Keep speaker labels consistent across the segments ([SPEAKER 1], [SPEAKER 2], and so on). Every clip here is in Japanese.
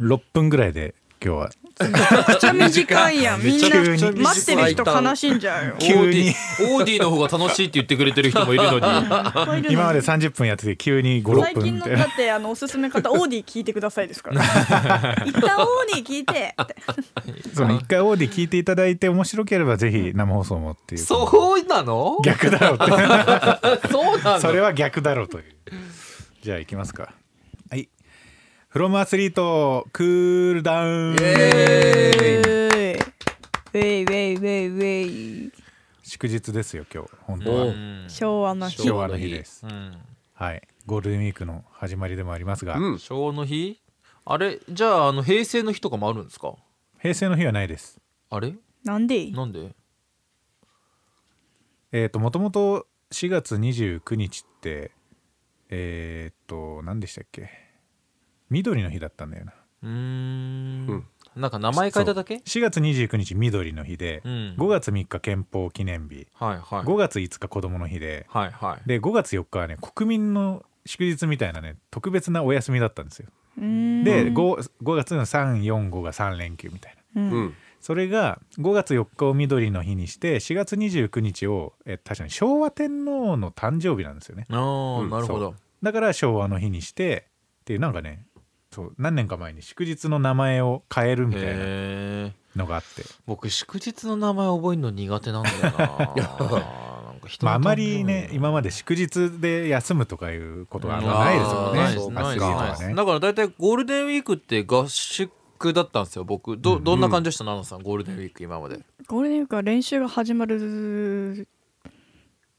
[SPEAKER 1] 6分ぐらいで今日は
[SPEAKER 2] めちゃくちゃ短いやんみんな
[SPEAKER 1] めちゃくちゃ短い
[SPEAKER 2] 待ってる人悲しんじ ゃうよ
[SPEAKER 1] 急に
[SPEAKER 3] オーディオーディの方が楽しいって言ってくれてる人もいるのに
[SPEAKER 1] 今まで30分やってて急に
[SPEAKER 2] 最
[SPEAKER 1] 56分
[SPEAKER 2] 近
[SPEAKER 1] み
[SPEAKER 2] の
[SPEAKER 1] たい
[SPEAKER 2] だ
[SPEAKER 1] な
[SPEAKER 2] ってあのおすす め方オーディ聞いてくださいですから一旦オーディ聞いてって
[SPEAKER 1] その一回オーディ聞いていただいて面白ければぜひ生放送もっていう
[SPEAKER 3] そうなの
[SPEAKER 1] 逆だろうって
[SPEAKER 3] そうなの
[SPEAKER 1] それは逆だろうというじゃあ行きますかはい「フロムアスリートクールダウン」
[SPEAKER 2] えーウェイウェイウェイウェイ
[SPEAKER 1] 祝日ですよ今日本当は、
[SPEAKER 3] うん
[SPEAKER 2] 昭和の日
[SPEAKER 1] 昭和の日です
[SPEAKER 3] うん
[SPEAKER 1] はいゴールデンウィークの始まりでもありますが、
[SPEAKER 4] うん
[SPEAKER 3] 昭和の日あれじゃああの平成の日とかもあるんですか
[SPEAKER 1] 平成の日はないです
[SPEAKER 3] あれ
[SPEAKER 2] なんでいい
[SPEAKER 3] なんで
[SPEAKER 1] えっ、ともともと4月29日ってえっ、と何でしたっけ緑の日だったんだよな
[SPEAKER 3] うーん
[SPEAKER 4] うん
[SPEAKER 3] なんか名前変えただけ
[SPEAKER 1] 4月29日緑の日で、
[SPEAKER 3] うん
[SPEAKER 1] 5月3日憲法記念日
[SPEAKER 3] はいはい
[SPEAKER 1] 5月5日子供の日で、
[SPEAKER 3] はいはい
[SPEAKER 1] で5月4日はね国民の祝日みたいなね特別なお休みだったんですよ
[SPEAKER 2] うーん
[SPEAKER 1] で 5, 5月の345が3連休みたいな
[SPEAKER 2] う
[SPEAKER 4] うんん
[SPEAKER 1] それが5月4日を緑の日にして4月29日をえ確かに昭和天皇の誕生日なんですよね
[SPEAKER 3] ああ
[SPEAKER 4] うん
[SPEAKER 3] なるほ
[SPEAKER 1] そ
[SPEAKER 3] ど
[SPEAKER 1] だから昭和の日にしてっていうなんかねそう何年か前に祝日の名前を変えるみたいな
[SPEAKER 3] へえ
[SPEAKER 1] のがあって
[SPEAKER 3] 僕祝日の名前覚えるの苦手な んだよななんか人の
[SPEAKER 1] まあ、あまり
[SPEAKER 3] 誕生
[SPEAKER 1] ね
[SPEAKER 3] 日
[SPEAKER 1] 今まで祝日で休むとかいうことはあんまないですもんねア
[SPEAKER 3] あーない
[SPEAKER 1] ス
[SPEAKER 3] で
[SPEAKER 1] リ
[SPEAKER 3] す
[SPEAKER 1] ー
[SPEAKER 3] ないです
[SPEAKER 1] ト
[SPEAKER 3] ない
[SPEAKER 1] は
[SPEAKER 3] です
[SPEAKER 1] ね
[SPEAKER 3] だから大体ゴールデンウィークって合宿だったんですよ僕どどんな感じでした、ナナさんゴールデンウィーク今まで
[SPEAKER 2] ゴールデンウィークは練習が始まる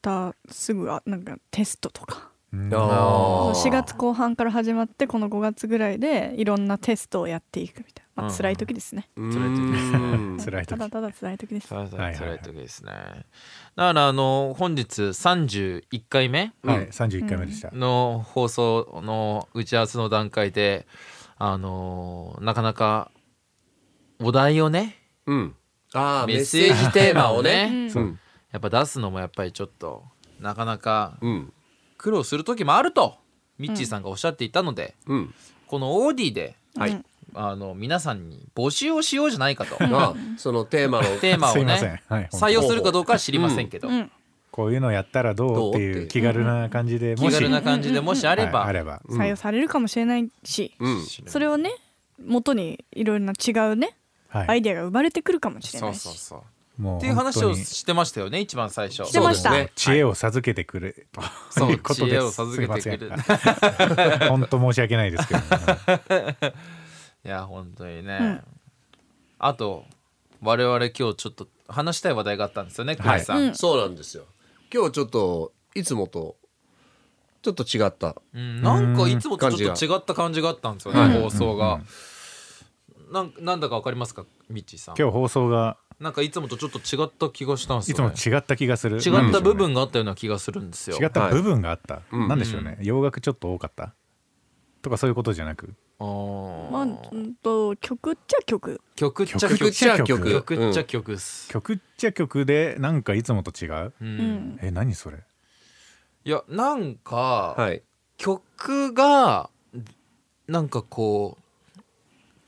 [SPEAKER 2] たすぐあなんかテストとか
[SPEAKER 1] うん
[SPEAKER 3] あー
[SPEAKER 2] 4月後半から始まってこの5月ぐらいでいろんなテストをやっていくみたいな、ま
[SPEAKER 3] う
[SPEAKER 2] あ、
[SPEAKER 3] ん
[SPEAKER 2] 辛い時ですね、
[SPEAKER 4] うん
[SPEAKER 3] 辛い時です
[SPEAKER 4] うん
[SPEAKER 1] 辛い時
[SPEAKER 2] ただただ辛い時です
[SPEAKER 3] 辛い
[SPEAKER 1] はいはい
[SPEAKER 3] 辛い時ですねだからあの本日31回目
[SPEAKER 1] はい31回目でした、
[SPEAKER 3] の放送の打ち合わせの段階であのなかなかお題をね
[SPEAKER 4] うんああ
[SPEAKER 3] メッセージテーマをね
[SPEAKER 4] う
[SPEAKER 1] そ
[SPEAKER 4] ん
[SPEAKER 3] やっぱ出すのもやっぱりちょっとなかなか
[SPEAKER 4] うん
[SPEAKER 3] 苦労する時もあるとミッチーさんがおっしゃっていたので、
[SPEAKER 4] うん
[SPEAKER 3] このオーディで
[SPEAKER 4] はい
[SPEAKER 2] うん
[SPEAKER 3] あの皆さんに募集をしようじゃないかと
[SPEAKER 4] あそのテーマの
[SPEAKER 3] テーマを
[SPEAKER 1] すいません、
[SPEAKER 3] ね
[SPEAKER 1] はい、
[SPEAKER 3] 採用するかどうかは知りませんけど、
[SPEAKER 2] うん
[SPEAKER 1] こういうのやったらどうっていう気軽な感じで
[SPEAKER 3] 気
[SPEAKER 1] もし
[SPEAKER 3] 軽な感じでもしあれば、
[SPEAKER 1] はいあれば
[SPEAKER 2] 採用されるかもしれないし、
[SPEAKER 4] うん
[SPEAKER 2] それをね元にいろいろな違うね、
[SPEAKER 1] は
[SPEAKER 2] アイ
[SPEAKER 1] い
[SPEAKER 2] デアが生まれてくるかもしれ
[SPEAKER 3] そ
[SPEAKER 2] ないうし
[SPEAKER 3] そうそうっ
[SPEAKER 1] も
[SPEAKER 3] ていう話
[SPEAKER 1] 本
[SPEAKER 3] を
[SPEAKER 1] 当に
[SPEAKER 3] してましたよね一番最初
[SPEAKER 2] してました
[SPEAKER 4] そうですね
[SPEAKER 1] 知恵を授けてくれと
[SPEAKER 3] そう
[SPEAKER 1] いうこと
[SPEAKER 3] 知恵
[SPEAKER 1] で
[SPEAKER 3] を
[SPEAKER 1] すすい
[SPEAKER 3] 授
[SPEAKER 1] ま
[SPEAKER 3] け
[SPEAKER 1] せ
[SPEAKER 3] て
[SPEAKER 1] ん
[SPEAKER 3] くれる
[SPEAKER 1] 本当申し訳ないですけどね
[SPEAKER 3] いや本当にね、
[SPEAKER 2] うん
[SPEAKER 3] あと我々今日ちょっと話したい話題があったんですよね久井さん、
[SPEAKER 2] う
[SPEAKER 3] うんん
[SPEAKER 4] そうなんですよ今日ちょっといつもとちょっと違った
[SPEAKER 3] なんかいつもとちょっと違った感じがあったんですよね、放送が、なんなんだかわかりますかミッチーさん
[SPEAKER 1] 今日放送が
[SPEAKER 3] なんかいつもとちょっと違った気がしたんです
[SPEAKER 1] いつ
[SPEAKER 3] よ、
[SPEAKER 1] も
[SPEAKER 3] ね、
[SPEAKER 1] 違った気がする
[SPEAKER 3] 違った部分があったような気がするんですよ
[SPEAKER 1] 違った部分があった、
[SPEAKER 4] うん
[SPEAKER 1] なんでしょうね、洋楽ちょっと多かったとかそういうことじゃなく
[SPEAKER 3] あー
[SPEAKER 2] まあ、うんと曲っちゃ曲
[SPEAKER 3] 曲っちゃ
[SPEAKER 1] 曲
[SPEAKER 3] 曲
[SPEAKER 4] っちゃ曲
[SPEAKER 3] 曲っちゃ曲っす、
[SPEAKER 1] 曲っちゃ曲でなんかいつもと違う
[SPEAKER 3] うん
[SPEAKER 2] うん
[SPEAKER 1] え何それ
[SPEAKER 3] いやなんか、
[SPEAKER 4] はい
[SPEAKER 3] 曲がなんかこう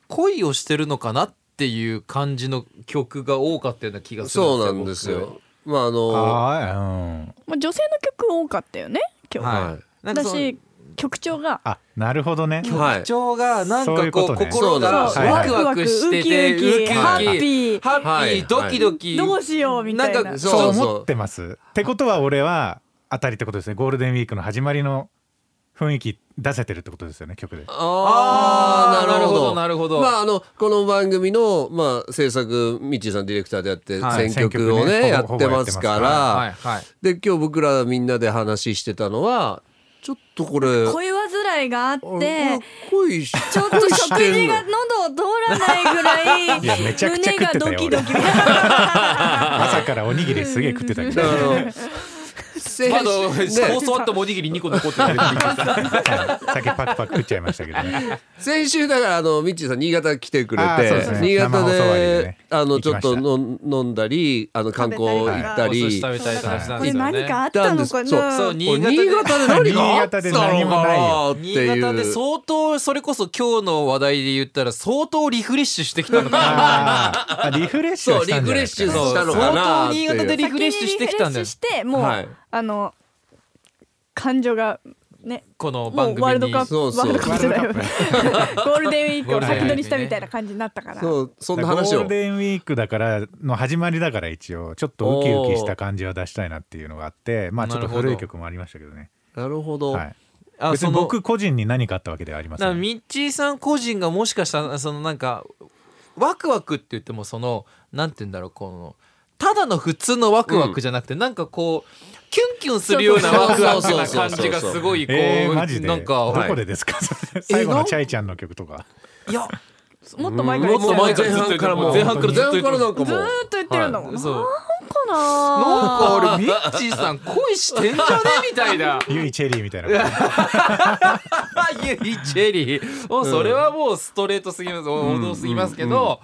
[SPEAKER 3] 恋をしてるのかなっていう感じの曲が多かったような気がする
[SPEAKER 4] そうなんですよまああの
[SPEAKER 1] あー、うん、
[SPEAKER 2] まあ、女性の曲多かったよね今
[SPEAKER 3] 僕
[SPEAKER 2] 日、
[SPEAKER 3] はい、
[SPEAKER 4] はい
[SPEAKER 3] なんかその
[SPEAKER 2] 私曲調が
[SPEAKER 1] あなるほどね
[SPEAKER 4] 日はい
[SPEAKER 3] 曲調がなん
[SPEAKER 1] そうい
[SPEAKER 3] か
[SPEAKER 1] う
[SPEAKER 3] こ
[SPEAKER 1] こ
[SPEAKER 3] う
[SPEAKER 1] とね
[SPEAKER 3] 心が
[SPEAKER 4] そうなん
[SPEAKER 3] ワ
[SPEAKER 4] です
[SPEAKER 3] ク
[SPEAKER 4] よ
[SPEAKER 3] ワクしてて
[SPEAKER 2] ウキウキハッピー
[SPEAKER 3] ハッ
[SPEAKER 4] は
[SPEAKER 3] ピー
[SPEAKER 4] い
[SPEAKER 3] ドキドキ、
[SPEAKER 2] どうしようみたいな
[SPEAKER 3] なんか
[SPEAKER 1] そう
[SPEAKER 4] そう
[SPEAKER 1] 思ってますってことは俺は当たりってことですねゴールデンウィークの始まりの雰囲気出せてるってことですよね曲で
[SPEAKER 3] あ
[SPEAKER 4] あ
[SPEAKER 3] ー
[SPEAKER 4] ーなるほど
[SPEAKER 3] なるほどなるほど
[SPEAKER 4] まああのこの番組のまあ制作ミッチーさんディレクターであって
[SPEAKER 3] はい
[SPEAKER 4] 選曲
[SPEAKER 1] 選
[SPEAKER 4] を
[SPEAKER 1] 曲
[SPEAKER 4] ね
[SPEAKER 1] ね
[SPEAKER 4] やってますか
[SPEAKER 1] ほぼや
[SPEAKER 3] はい
[SPEAKER 4] ら
[SPEAKER 3] はい
[SPEAKER 4] で今日僕らみんなで話してたのはちょっとこれ
[SPEAKER 2] 恋煩いがあっ
[SPEAKER 4] あ
[SPEAKER 2] て
[SPEAKER 4] 恋し
[SPEAKER 2] ちょっと
[SPEAKER 4] 恋
[SPEAKER 2] 食
[SPEAKER 4] して
[SPEAKER 2] 事
[SPEAKER 4] んの
[SPEAKER 2] が喉を通らないぐらい
[SPEAKER 1] いやめちゃくちゃ
[SPEAKER 2] 胸
[SPEAKER 1] 食っ
[SPEAKER 2] が
[SPEAKER 1] てた
[SPEAKER 2] ド
[SPEAKER 1] よ
[SPEAKER 2] キドキみたいな
[SPEAKER 1] 朝からおにぎりすげえ食ってたけど
[SPEAKER 4] だから せ
[SPEAKER 3] まだ放
[SPEAKER 4] ね
[SPEAKER 3] 送あったおにぎり2個残ってる
[SPEAKER 1] 酒パクパク食っちゃいましたけどね
[SPEAKER 4] 先週だからあのミッチーさん新潟来てくれ
[SPEAKER 1] あーそうで
[SPEAKER 4] て
[SPEAKER 1] すね
[SPEAKER 4] 新潟
[SPEAKER 1] 生放送終わり
[SPEAKER 4] で
[SPEAKER 1] でね
[SPEAKER 4] あの
[SPEAKER 1] 行
[SPEAKER 4] ち
[SPEAKER 1] き
[SPEAKER 4] ょ
[SPEAKER 1] ました
[SPEAKER 4] っとの飲んだりあの観光行っ
[SPEAKER 3] お
[SPEAKER 4] た
[SPEAKER 3] 寿
[SPEAKER 4] り
[SPEAKER 3] 司食べたいとかしたん
[SPEAKER 2] これ
[SPEAKER 3] ですよ
[SPEAKER 2] 何
[SPEAKER 3] ね
[SPEAKER 2] かあったの
[SPEAKER 4] そ
[SPEAKER 2] か
[SPEAKER 4] う
[SPEAKER 2] な
[SPEAKER 3] そう
[SPEAKER 4] お
[SPEAKER 3] 新潟
[SPEAKER 4] 新
[SPEAKER 3] で
[SPEAKER 4] 潟で何があっ
[SPEAKER 1] 新潟
[SPEAKER 4] た
[SPEAKER 1] で何もないよ
[SPEAKER 4] のかなって
[SPEAKER 3] 新
[SPEAKER 4] いう
[SPEAKER 3] 潟で相当それこそ今日の話題で言ったら相当リフレッシュしてきたのかな
[SPEAKER 1] あーリフレッシ ュはしたんじゃないですかね
[SPEAKER 4] そうリフレッシュしたのかな
[SPEAKER 3] 相当新潟で
[SPEAKER 4] って
[SPEAKER 3] リフレッシュしてきたんだよ
[SPEAKER 2] 先にリフレッシュしてもう、
[SPEAKER 4] はい
[SPEAKER 2] あの感情がね
[SPEAKER 3] この
[SPEAKER 2] も
[SPEAKER 3] 番
[SPEAKER 2] うワー
[SPEAKER 3] 組
[SPEAKER 2] ルド
[SPEAKER 3] に
[SPEAKER 2] カップ
[SPEAKER 4] そうそう
[SPEAKER 2] ワールドカップじゃないわゴールデンウィークを先取りしたみたいな感じになったから、
[SPEAKER 4] そうそんな
[SPEAKER 1] ゴ
[SPEAKER 4] 話
[SPEAKER 1] ー
[SPEAKER 4] を
[SPEAKER 1] ルデンウィークだからの始まりだから一応ちょっとウキウキした感じは出したいなっていうのがあってまあちょっと
[SPEAKER 3] なる
[SPEAKER 1] 古
[SPEAKER 3] ほ
[SPEAKER 1] い
[SPEAKER 3] ど
[SPEAKER 1] 曲もありましたけどね
[SPEAKER 4] なるほど、
[SPEAKER 1] はい
[SPEAKER 3] あ
[SPEAKER 1] 別
[SPEAKER 3] そ
[SPEAKER 1] に
[SPEAKER 3] の
[SPEAKER 1] 僕個人に何かあったわけではありま
[SPEAKER 3] だか
[SPEAKER 1] せ
[SPEAKER 3] ら
[SPEAKER 1] ん
[SPEAKER 3] ミッチーさん個人がもしかしたらそのなんかワクワクって言ってもそのなんて言うんだろうこのただの普通のワクワクじゃなくて、なんかこうキュンキュンするようなワクワクな感じがすごいこう、
[SPEAKER 1] えー、マジで
[SPEAKER 3] なんか、
[SPEAKER 1] ど
[SPEAKER 3] は
[SPEAKER 1] こ
[SPEAKER 3] い
[SPEAKER 1] でですか、それ 最後
[SPEAKER 3] な
[SPEAKER 1] の
[SPEAKER 3] ん
[SPEAKER 1] チャイちゃんの曲とか
[SPEAKER 3] いや
[SPEAKER 2] もっと前
[SPEAKER 4] も
[SPEAKER 2] か
[SPEAKER 4] っ
[SPEAKER 2] ら言ってた
[SPEAKER 4] と前
[SPEAKER 2] よ
[SPEAKER 4] 前半からもう
[SPEAKER 1] 前半から
[SPEAKER 3] ずっと言ってる
[SPEAKER 4] 前半か
[SPEAKER 2] ず
[SPEAKER 4] らなんかもう
[SPEAKER 2] ーっと言ってるんだもん、
[SPEAKER 3] そ
[SPEAKER 2] な
[SPEAKER 3] うん
[SPEAKER 2] かな
[SPEAKER 3] なんか
[SPEAKER 2] ー
[SPEAKER 3] 俺ミッチーさん恋してんじゃねみたいな
[SPEAKER 1] ゆいチェリーみたいなこと
[SPEAKER 3] ゆいチェリーもうそれはもうストレートすぎます王道すぎますけど、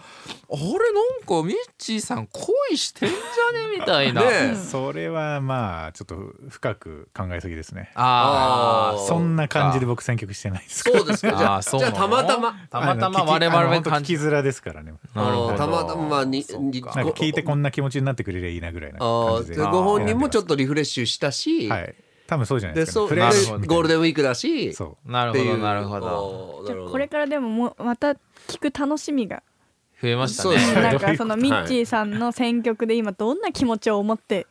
[SPEAKER 3] あれなんかミッチーさん恋してんじゃねみたいな。
[SPEAKER 4] ね
[SPEAKER 1] それはまあちょっと深く考えすぎですね
[SPEAKER 3] あ
[SPEAKER 4] あー
[SPEAKER 3] あ
[SPEAKER 1] そんな感じで僕選曲してないですから
[SPEAKER 4] そうですかじゃ
[SPEAKER 3] あー
[SPEAKER 4] あ
[SPEAKER 3] そう
[SPEAKER 4] じゃ
[SPEAKER 3] な
[SPEAKER 4] あ
[SPEAKER 3] の
[SPEAKER 4] たまたま
[SPEAKER 3] たまたま
[SPEAKER 1] あの聞き
[SPEAKER 3] 我々
[SPEAKER 1] あの
[SPEAKER 3] は
[SPEAKER 1] 本当聞
[SPEAKER 3] 感
[SPEAKER 1] き
[SPEAKER 3] じ
[SPEAKER 1] づらですからね
[SPEAKER 3] なるほど
[SPEAKER 4] たまたまに
[SPEAKER 3] そっか
[SPEAKER 4] に
[SPEAKER 1] なんか
[SPEAKER 4] ご
[SPEAKER 1] 聞いてこんな気持ちになってくれりゃいいなぐらいな
[SPEAKER 4] あ
[SPEAKER 1] 感
[SPEAKER 4] あ
[SPEAKER 1] じ
[SPEAKER 4] で
[SPEAKER 1] で
[SPEAKER 4] ご本人もちょっ
[SPEAKER 1] と
[SPEAKER 4] とリフレッシュしたし、
[SPEAKER 1] はい多分そうじゃない
[SPEAKER 4] で
[SPEAKER 1] ですか
[SPEAKER 4] そ
[SPEAKER 1] ね
[SPEAKER 4] う
[SPEAKER 1] フレ
[SPEAKER 4] で
[SPEAKER 1] ッシュみたいな
[SPEAKER 3] な
[SPEAKER 4] ゴールデンウィークだし
[SPEAKER 1] そう
[SPEAKER 3] なる
[SPEAKER 4] って
[SPEAKER 3] ほ
[SPEAKER 4] い
[SPEAKER 3] ど
[SPEAKER 4] う
[SPEAKER 3] なるほど
[SPEAKER 4] おー
[SPEAKER 2] じ
[SPEAKER 4] な
[SPEAKER 2] ゃ
[SPEAKER 4] る
[SPEAKER 2] あ
[SPEAKER 4] ほど
[SPEAKER 2] これからでももうまた聞く楽しみが
[SPEAKER 3] 増えました
[SPEAKER 4] そうです
[SPEAKER 3] ね
[SPEAKER 4] ね
[SPEAKER 2] なんかその
[SPEAKER 1] ど
[SPEAKER 2] ミッチーさんの選曲で今どんな気持ちを思って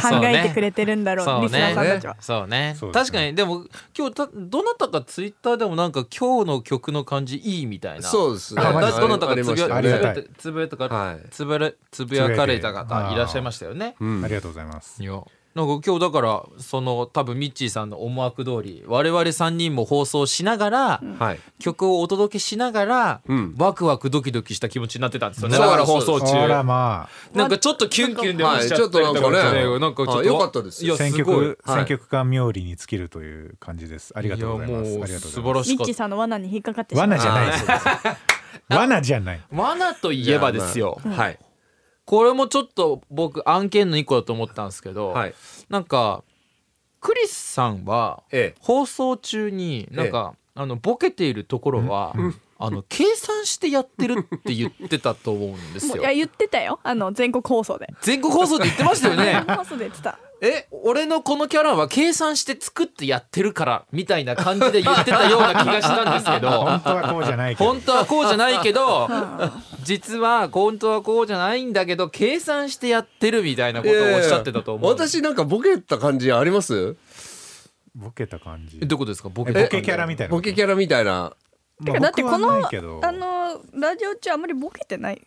[SPEAKER 2] 考えてくれてるんだろう
[SPEAKER 3] そうね
[SPEAKER 2] リスナーさんたちは。
[SPEAKER 3] そうね
[SPEAKER 1] そうですね
[SPEAKER 3] 確かにでも今日たどなたかツイッターでもなんか今日の曲の感じいいみたいな
[SPEAKER 4] そうですね
[SPEAKER 1] あ
[SPEAKER 3] だ
[SPEAKER 1] マジで
[SPEAKER 3] どなたか
[SPEAKER 4] あり
[SPEAKER 3] つ
[SPEAKER 4] ま
[SPEAKER 3] ぶ
[SPEAKER 4] し
[SPEAKER 3] や
[SPEAKER 4] た
[SPEAKER 1] りがたい
[SPEAKER 4] ね
[SPEAKER 3] つぶやつぶやとか
[SPEAKER 4] はい
[SPEAKER 3] つぶやつぶやかれた方いらっしゃいましたよね
[SPEAKER 4] うん
[SPEAKER 1] ありがとうございます
[SPEAKER 3] いやなんか今日だからその多分ミッチーさんの思惑通り我々3人も放送しながら、
[SPEAKER 4] はい
[SPEAKER 3] 曲をお届けしながら、
[SPEAKER 4] うん
[SPEAKER 3] ワクワクドキドキした気持ちになってたんですよね。
[SPEAKER 4] そ
[SPEAKER 3] だ
[SPEAKER 4] う
[SPEAKER 3] から放送
[SPEAKER 1] あら
[SPEAKER 3] 中。
[SPEAKER 1] ま
[SPEAKER 3] なんかちょっとキュンキュンでも
[SPEAKER 4] はい
[SPEAKER 3] しち
[SPEAKER 4] ち
[SPEAKER 3] ゃ
[SPEAKER 4] ょ
[SPEAKER 3] っ
[SPEAKER 4] ったと
[SPEAKER 3] り
[SPEAKER 4] な
[SPEAKER 3] と
[SPEAKER 4] ん
[SPEAKER 3] か
[SPEAKER 4] かね
[SPEAKER 3] ねなんかちょっ
[SPEAKER 4] あ
[SPEAKER 3] と
[SPEAKER 4] よかったです
[SPEAKER 3] い
[SPEAKER 1] あ
[SPEAKER 3] や
[SPEAKER 1] 選
[SPEAKER 4] よ
[SPEAKER 3] すごい
[SPEAKER 1] 曲
[SPEAKER 4] はい
[SPEAKER 1] 選曲が冥利に尽きるという感じですありがとうございます
[SPEAKER 3] いやもう
[SPEAKER 1] ありがとうございます
[SPEAKER 3] 素晴らし
[SPEAKER 2] ミッ
[SPEAKER 3] かっ
[SPEAKER 2] チーさんの罠に引っかかってしま
[SPEAKER 1] 罠
[SPEAKER 2] う
[SPEAKER 1] じゃないです罠じゃない
[SPEAKER 3] た。罠といえばですよ。
[SPEAKER 4] はい
[SPEAKER 3] これもちょっと僕案件の一個だと思ったんですけど、
[SPEAKER 4] はい
[SPEAKER 3] なんかクリスさんは
[SPEAKER 4] ええ
[SPEAKER 3] 放送中になんか、あのボケているところは、あの計算してやってるって言ってたと思うんです
[SPEAKER 2] もうい
[SPEAKER 3] よ
[SPEAKER 2] や。言ってたよあの全国放送で。
[SPEAKER 3] 全国放送で言って ましたよね
[SPEAKER 2] 全。国放送で言ってた。
[SPEAKER 3] え俺のこのキャラは計算して作ってやってるからみたいな感じで言ってたような気がしたんですけ
[SPEAKER 1] 本
[SPEAKER 3] ど
[SPEAKER 1] 当はこうじゃないけど
[SPEAKER 3] 本当はこうじゃないけど実は本当はこうじゃないんだけど計算してやってるみたいなことをおっしゃってたと思う
[SPEAKER 4] 私なんかボケた感じあります
[SPEAKER 1] ボケた感じ
[SPEAKER 3] えどういうことですかボケ
[SPEAKER 1] えボケキャラみたいな
[SPEAKER 4] ボケキャラみたい な
[SPEAKER 1] ま
[SPEAKER 2] て
[SPEAKER 1] あ
[SPEAKER 2] かだってこ
[SPEAKER 1] 僕は
[SPEAKER 2] の
[SPEAKER 1] ない
[SPEAKER 2] あ
[SPEAKER 1] けど
[SPEAKER 2] のラジオ中あんまりボケてない。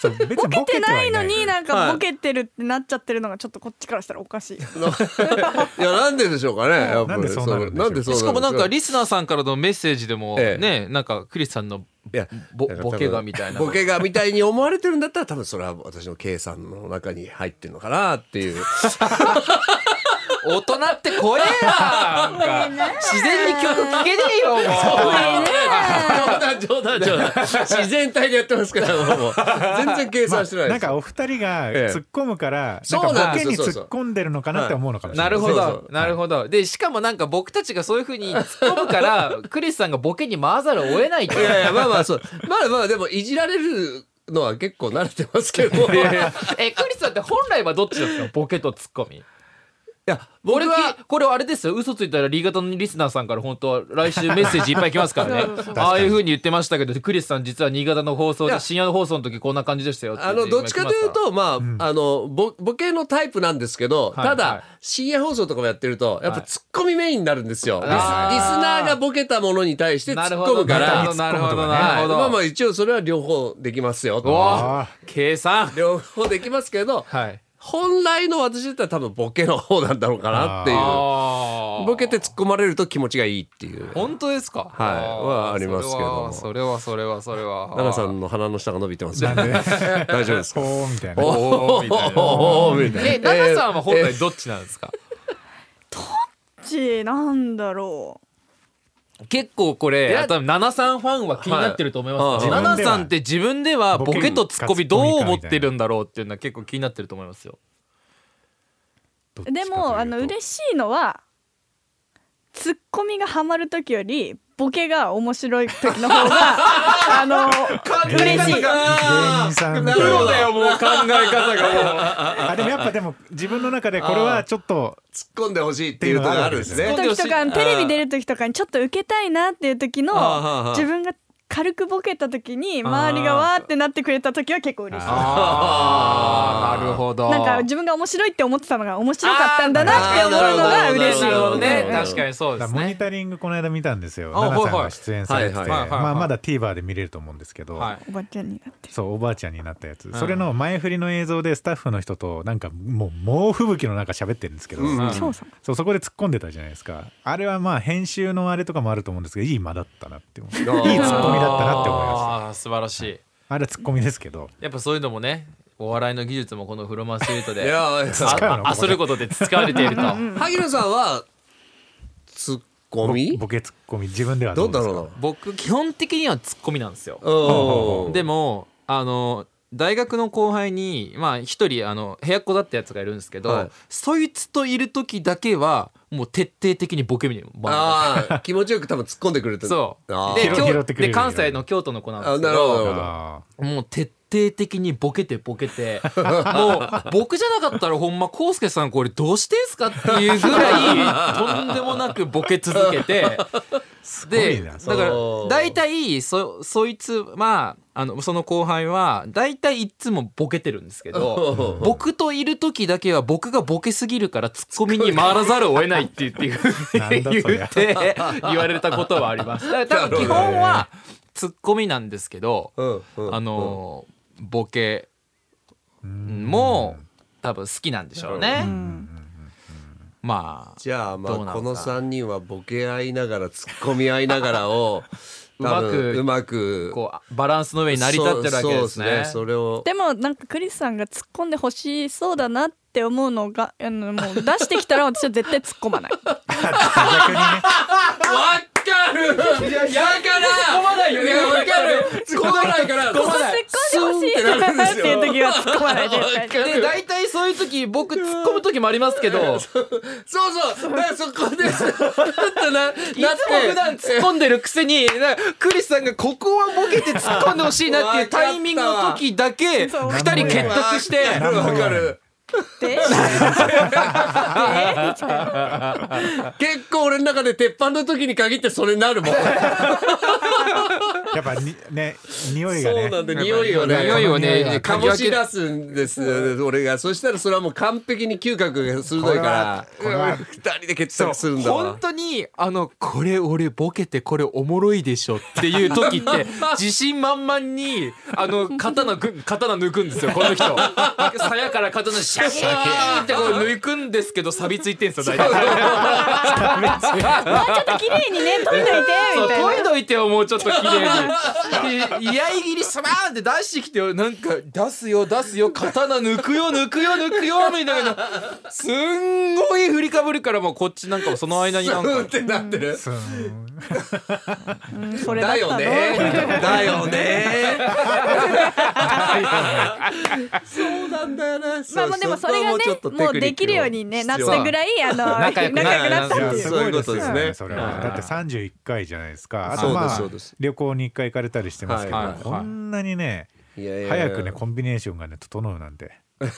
[SPEAKER 1] そう別に
[SPEAKER 2] ボケてない
[SPEAKER 1] ボ
[SPEAKER 2] の
[SPEAKER 1] ケてはい
[SPEAKER 2] に
[SPEAKER 1] い
[SPEAKER 2] なんかボケてるってなっちゃってるのがちょっとこっちからしたらおかしい。
[SPEAKER 4] いやなんででしょうかねやっぱ
[SPEAKER 1] な
[SPEAKER 4] り
[SPEAKER 1] んでそうなるんでしょう
[SPEAKER 4] なんでそう
[SPEAKER 3] しかもなんか
[SPEAKER 4] リ
[SPEAKER 3] リスナーさんからのメッセージでも
[SPEAKER 4] ええ
[SPEAKER 3] ねなんかクリスさんの
[SPEAKER 4] いや
[SPEAKER 3] ボ
[SPEAKER 4] だから多分
[SPEAKER 3] ボケがみたいな
[SPEAKER 4] ボケがみたいに思われてるんだったら多分それは私の計算の中に入ってるのかなっていう
[SPEAKER 3] 大人って怖えななんか自然に曲聴けねえよもう冗談冗談冗談
[SPEAKER 4] 自然体でやってますからもう全然計算してない
[SPEAKER 1] な
[SPEAKER 4] で
[SPEAKER 1] ん
[SPEAKER 4] す、
[SPEAKER 1] かお二人が突っ込むから、
[SPEAKER 4] ええ
[SPEAKER 1] なんかボケに
[SPEAKER 4] そうなんですよそうそ
[SPEAKER 1] 突
[SPEAKER 4] う
[SPEAKER 1] っ込んでるのかなって思うのかもしれな、
[SPEAKER 3] ないるほど
[SPEAKER 4] そうそう
[SPEAKER 3] なるほどでしかもなんか僕たちがそういうふうに突っ込むから クリスさんがボケに回ざるを得ないと
[SPEAKER 4] いやいやまあまあそうまあまあでもいじられるのは結構慣れてますけど いや
[SPEAKER 3] えクリスさんって本来はどっちですかボケとツッコミ
[SPEAKER 4] 僕は
[SPEAKER 3] 俺きこれあれですよ嘘ついたら新潟のリスナーさんから本当は来週メッセージいっぱい来ますから
[SPEAKER 2] そう
[SPEAKER 3] ね
[SPEAKER 2] そうそう
[SPEAKER 3] ああいうふうに言ってましたけどクリスさん実は新潟の放送
[SPEAKER 4] い
[SPEAKER 3] で
[SPEAKER 4] や
[SPEAKER 3] 深夜の放送の時こんな感じでしたよて
[SPEAKER 4] あのどっちかというとまあ、
[SPEAKER 1] ん
[SPEAKER 4] あのボボケのタイプなんですけど、
[SPEAKER 3] はい
[SPEAKER 4] た
[SPEAKER 3] はい
[SPEAKER 4] だ深夜放送とかもやってるとやっぱ
[SPEAKER 3] はい
[SPEAKER 4] ツッコミメインになるんですよ、リス
[SPEAKER 3] あー
[SPEAKER 4] リスナーがボケたものに対してツ
[SPEAKER 3] なる
[SPEAKER 4] ッ
[SPEAKER 3] ほ
[SPEAKER 4] コ
[SPEAKER 3] ど
[SPEAKER 4] むか
[SPEAKER 3] な
[SPEAKER 4] ら
[SPEAKER 3] るほどなる
[SPEAKER 1] 突っ込
[SPEAKER 3] ほど
[SPEAKER 1] むとかね
[SPEAKER 3] なるほど
[SPEAKER 4] はいまあまあ一応それは両方できますよ
[SPEAKER 3] う
[SPEAKER 4] と
[SPEAKER 3] わ計算
[SPEAKER 4] 両方できますけど
[SPEAKER 3] はい
[SPEAKER 4] 本来の私だったら多分ボケの方なんだろうかなっていう
[SPEAKER 3] あー
[SPEAKER 4] ボケて突っ込まれると気持ちがいいっていう
[SPEAKER 3] 本当ですか
[SPEAKER 4] はいはありますけども
[SPEAKER 3] それはそれはそれはそれは
[SPEAKER 4] 奈良さんの鼻の下が伸びてますよ
[SPEAKER 1] なんで
[SPEAKER 4] 大丈夫ですか
[SPEAKER 1] こうみたいな
[SPEAKER 4] おおみたいなおおみた
[SPEAKER 3] え
[SPEAKER 4] いな
[SPEAKER 3] 奈良さんは本来どっちなんですか
[SPEAKER 2] ちなんだろう。
[SPEAKER 3] 結構これ
[SPEAKER 4] いや
[SPEAKER 3] 多分7さんファンは気になってると思います、
[SPEAKER 4] はい
[SPEAKER 3] 7さんって自分ではボケとツッコミどう思ってるんだろうっていうのは結構気になってると思いますよ
[SPEAKER 1] どっちかという
[SPEAKER 2] で
[SPEAKER 1] と
[SPEAKER 2] もあの嬉しいのはツッコミがハマる時よりボケが面白い時の方があの嬉しい
[SPEAKER 1] 芸人さんみたいな
[SPEAKER 3] よもう考え方がも
[SPEAKER 1] あでもやっぱでも自分の中でこれはちょっと
[SPEAKER 4] 突っ込んでほしいっていうのがあるんですね。
[SPEAKER 2] 時とかテレビ出る時とかにちょっと受けたいなっていう時の
[SPEAKER 4] あーはーはー
[SPEAKER 2] 自分が軽くボケた時に周りがわーってなってくれた時は結構嬉しい。
[SPEAKER 3] ああなるほど
[SPEAKER 2] なんか自分が面白いって思ってたのが面白かったんだなって思うのが嬉しい。
[SPEAKER 3] なるほどね
[SPEAKER 2] うん
[SPEAKER 3] 確かにそうで
[SPEAKER 1] だ
[SPEAKER 3] す
[SPEAKER 1] からモニ
[SPEAKER 3] ね
[SPEAKER 1] タリングこの間見たんですよ
[SPEAKER 3] あ
[SPEAKER 1] 奈々
[SPEAKER 3] は
[SPEAKER 1] さ
[SPEAKER 3] い
[SPEAKER 1] んが出演
[SPEAKER 3] はい
[SPEAKER 1] されてて
[SPEAKER 4] はい
[SPEAKER 3] はいはいはい
[SPEAKER 1] まあまだ TVer で見れると思うんですけど、
[SPEAKER 3] はい
[SPEAKER 2] おばちゃんになって
[SPEAKER 1] そうおばあちゃんになったやつ、
[SPEAKER 3] ん
[SPEAKER 1] それの前振りの映像でスタッフの人となんかもう猛吹雪の中喋ってるんですけど、
[SPEAKER 4] うん
[SPEAKER 3] うん
[SPEAKER 2] 翔さん
[SPEAKER 1] そうそこで突っ込んでたじゃないですかあれはまあ編集のあれとかもあると思うんですけどいい間だったなって思ういいツッコ
[SPEAKER 4] ー
[SPEAKER 1] ミだったなって思います
[SPEAKER 3] あー素晴らしい
[SPEAKER 1] あれはツッコミですけど
[SPEAKER 3] やっぱそういうのもねお笑いの技術もこのフロマンスエイト
[SPEAKER 4] い
[SPEAKER 3] で
[SPEAKER 4] や、
[SPEAKER 1] 使うの
[SPEAKER 3] ああすることで使われていると
[SPEAKER 4] 萩野さんは突っ込み
[SPEAKER 1] ボケツッコミ自分ではど
[SPEAKER 4] どう
[SPEAKER 1] う
[SPEAKER 4] だ
[SPEAKER 1] ですか
[SPEAKER 4] ろ
[SPEAKER 3] 僕基本的にはツッコミなんですよ
[SPEAKER 4] うな。うん
[SPEAKER 3] でもあの大学の後輩にまあ一人あの部屋っ子だったやつがいるんですけど、
[SPEAKER 4] はい
[SPEAKER 3] そいつといる時だけはもう徹底的にボケみたいな
[SPEAKER 4] ああ気持ちよく多分突っ込んでくれてる
[SPEAKER 3] そう
[SPEAKER 4] あ
[SPEAKER 3] で
[SPEAKER 1] 拾
[SPEAKER 3] 京
[SPEAKER 1] 拾ってくれる
[SPEAKER 3] で関西の京都の子なんですけど
[SPEAKER 4] あなるほどなるほど
[SPEAKER 1] あ
[SPEAKER 3] もう徹底的にボケてボケて もう僕じゃなかったらほんま康介さんこれどうしてんすかっていうぐらいとんでもなくボケ続けて
[SPEAKER 1] ーすご
[SPEAKER 3] で
[SPEAKER 1] いな
[SPEAKER 3] だ
[SPEAKER 1] そ
[SPEAKER 3] から
[SPEAKER 4] そう
[SPEAKER 3] 大体そそいつまああのその後輩は大体いつもボケてるんです けど
[SPEAKER 4] あ
[SPEAKER 3] 僕といる時だけは僕がボケすぎるからツッコミに回らざるを得ないって言っていう
[SPEAKER 1] なんだそりゃ
[SPEAKER 3] 言って言われたことはあります。だから多分基本はツッコミなんですけど、
[SPEAKER 4] うんうん
[SPEAKER 3] あのーボケも多分好きなんでしょうね。まあ
[SPEAKER 4] じゃあま
[SPEAKER 3] どうなの
[SPEAKER 4] あ
[SPEAKER 3] か
[SPEAKER 4] この3人はボケ合いながら突っ込み合いながらを多分
[SPEAKER 3] う
[SPEAKER 4] う
[SPEAKER 3] ま
[SPEAKER 4] まく
[SPEAKER 3] こうバランスの上に成り立ってるわけです
[SPEAKER 4] そうそう
[SPEAKER 3] ね。
[SPEAKER 4] ですそれを
[SPEAKER 2] でもなんかクリスさんが突っ込んでほしそうだなって思うのがあのもう出してきたら私は絶対突っ込まない
[SPEAKER 1] 逆にね
[SPEAKER 4] わかるやから突っ込まないよねわかる突っ込まないから突っ
[SPEAKER 2] 突
[SPEAKER 4] 込
[SPEAKER 2] っ込んでほしいなっていう時は突っ込まない絶対に
[SPEAKER 3] で大体そういう時僕突っ込む時もありますけどいつも
[SPEAKER 4] そうそうだからそこですちょっとななって
[SPEAKER 3] 普段突っ込んでるくせになんかクリスさんがここはボケて突っ込んでほしいなっていうタイミングの時だけ
[SPEAKER 2] そう
[SPEAKER 3] 2人結託して
[SPEAKER 4] わかるわかる
[SPEAKER 2] で
[SPEAKER 4] 結構俺の中で鉄板の時に限ってそれになるもん
[SPEAKER 1] やっぱにね匂いが
[SPEAKER 4] そう
[SPEAKER 1] ね
[SPEAKER 4] なんで匂いをね
[SPEAKER 3] 匂いをね
[SPEAKER 4] かもし出すんです俺がそしたらそれはもう完璧に嗅覚が鋭いから
[SPEAKER 1] これはこれは
[SPEAKER 4] うん二人で決
[SPEAKER 3] そう
[SPEAKER 4] 着するんだわ
[SPEAKER 3] 本当にあのこれ俺ボケてこれおもろいでしょっていう時って自信満々にあの刀ぐ刀抜くんですよこの人鞘から刀シャキーンってこう抜くんですけど錆びついてんすよ大
[SPEAKER 2] ち
[SPEAKER 3] 体
[SPEAKER 2] ょっと綺麗にね取いといて
[SPEAKER 3] そう
[SPEAKER 2] みたいな
[SPEAKER 3] 研いどいてよもうちょっと綺麗にで居合切りスバーンって出してきてよなんか出すよ出すよ刀抜くよ抜くよ抜くよみたいなすんごい振りかぶるからもうこっちなんかもその間になん
[SPEAKER 4] うんっ
[SPEAKER 3] か
[SPEAKER 4] てなってる
[SPEAKER 1] そう
[SPEAKER 2] うんそれだった
[SPEAKER 4] だよ
[SPEAKER 2] の
[SPEAKER 4] ねだ よねそうなんだよな
[SPEAKER 2] まあもうでもそれがねもうできるようにねなったぐ
[SPEAKER 4] い
[SPEAKER 2] らいあの
[SPEAKER 3] 仲
[SPEAKER 2] 仲
[SPEAKER 3] 良
[SPEAKER 2] 良
[SPEAKER 3] く
[SPEAKER 2] く
[SPEAKER 3] な
[SPEAKER 2] なったっ
[SPEAKER 1] い
[SPEAKER 2] て
[SPEAKER 1] や
[SPEAKER 2] いう
[SPEAKER 1] すごいです
[SPEAKER 4] そう
[SPEAKER 1] よ
[SPEAKER 4] いうことですね
[SPEAKER 1] ねそれはだって31回じゃないですかあ
[SPEAKER 4] そう
[SPEAKER 1] と
[SPEAKER 4] です
[SPEAKER 1] まあ
[SPEAKER 4] そうです
[SPEAKER 1] 旅行に1回行かれたりしてますけ
[SPEAKER 3] はいはい
[SPEAKER 1] どこんなにね早くねコンビネーションがね整うなんて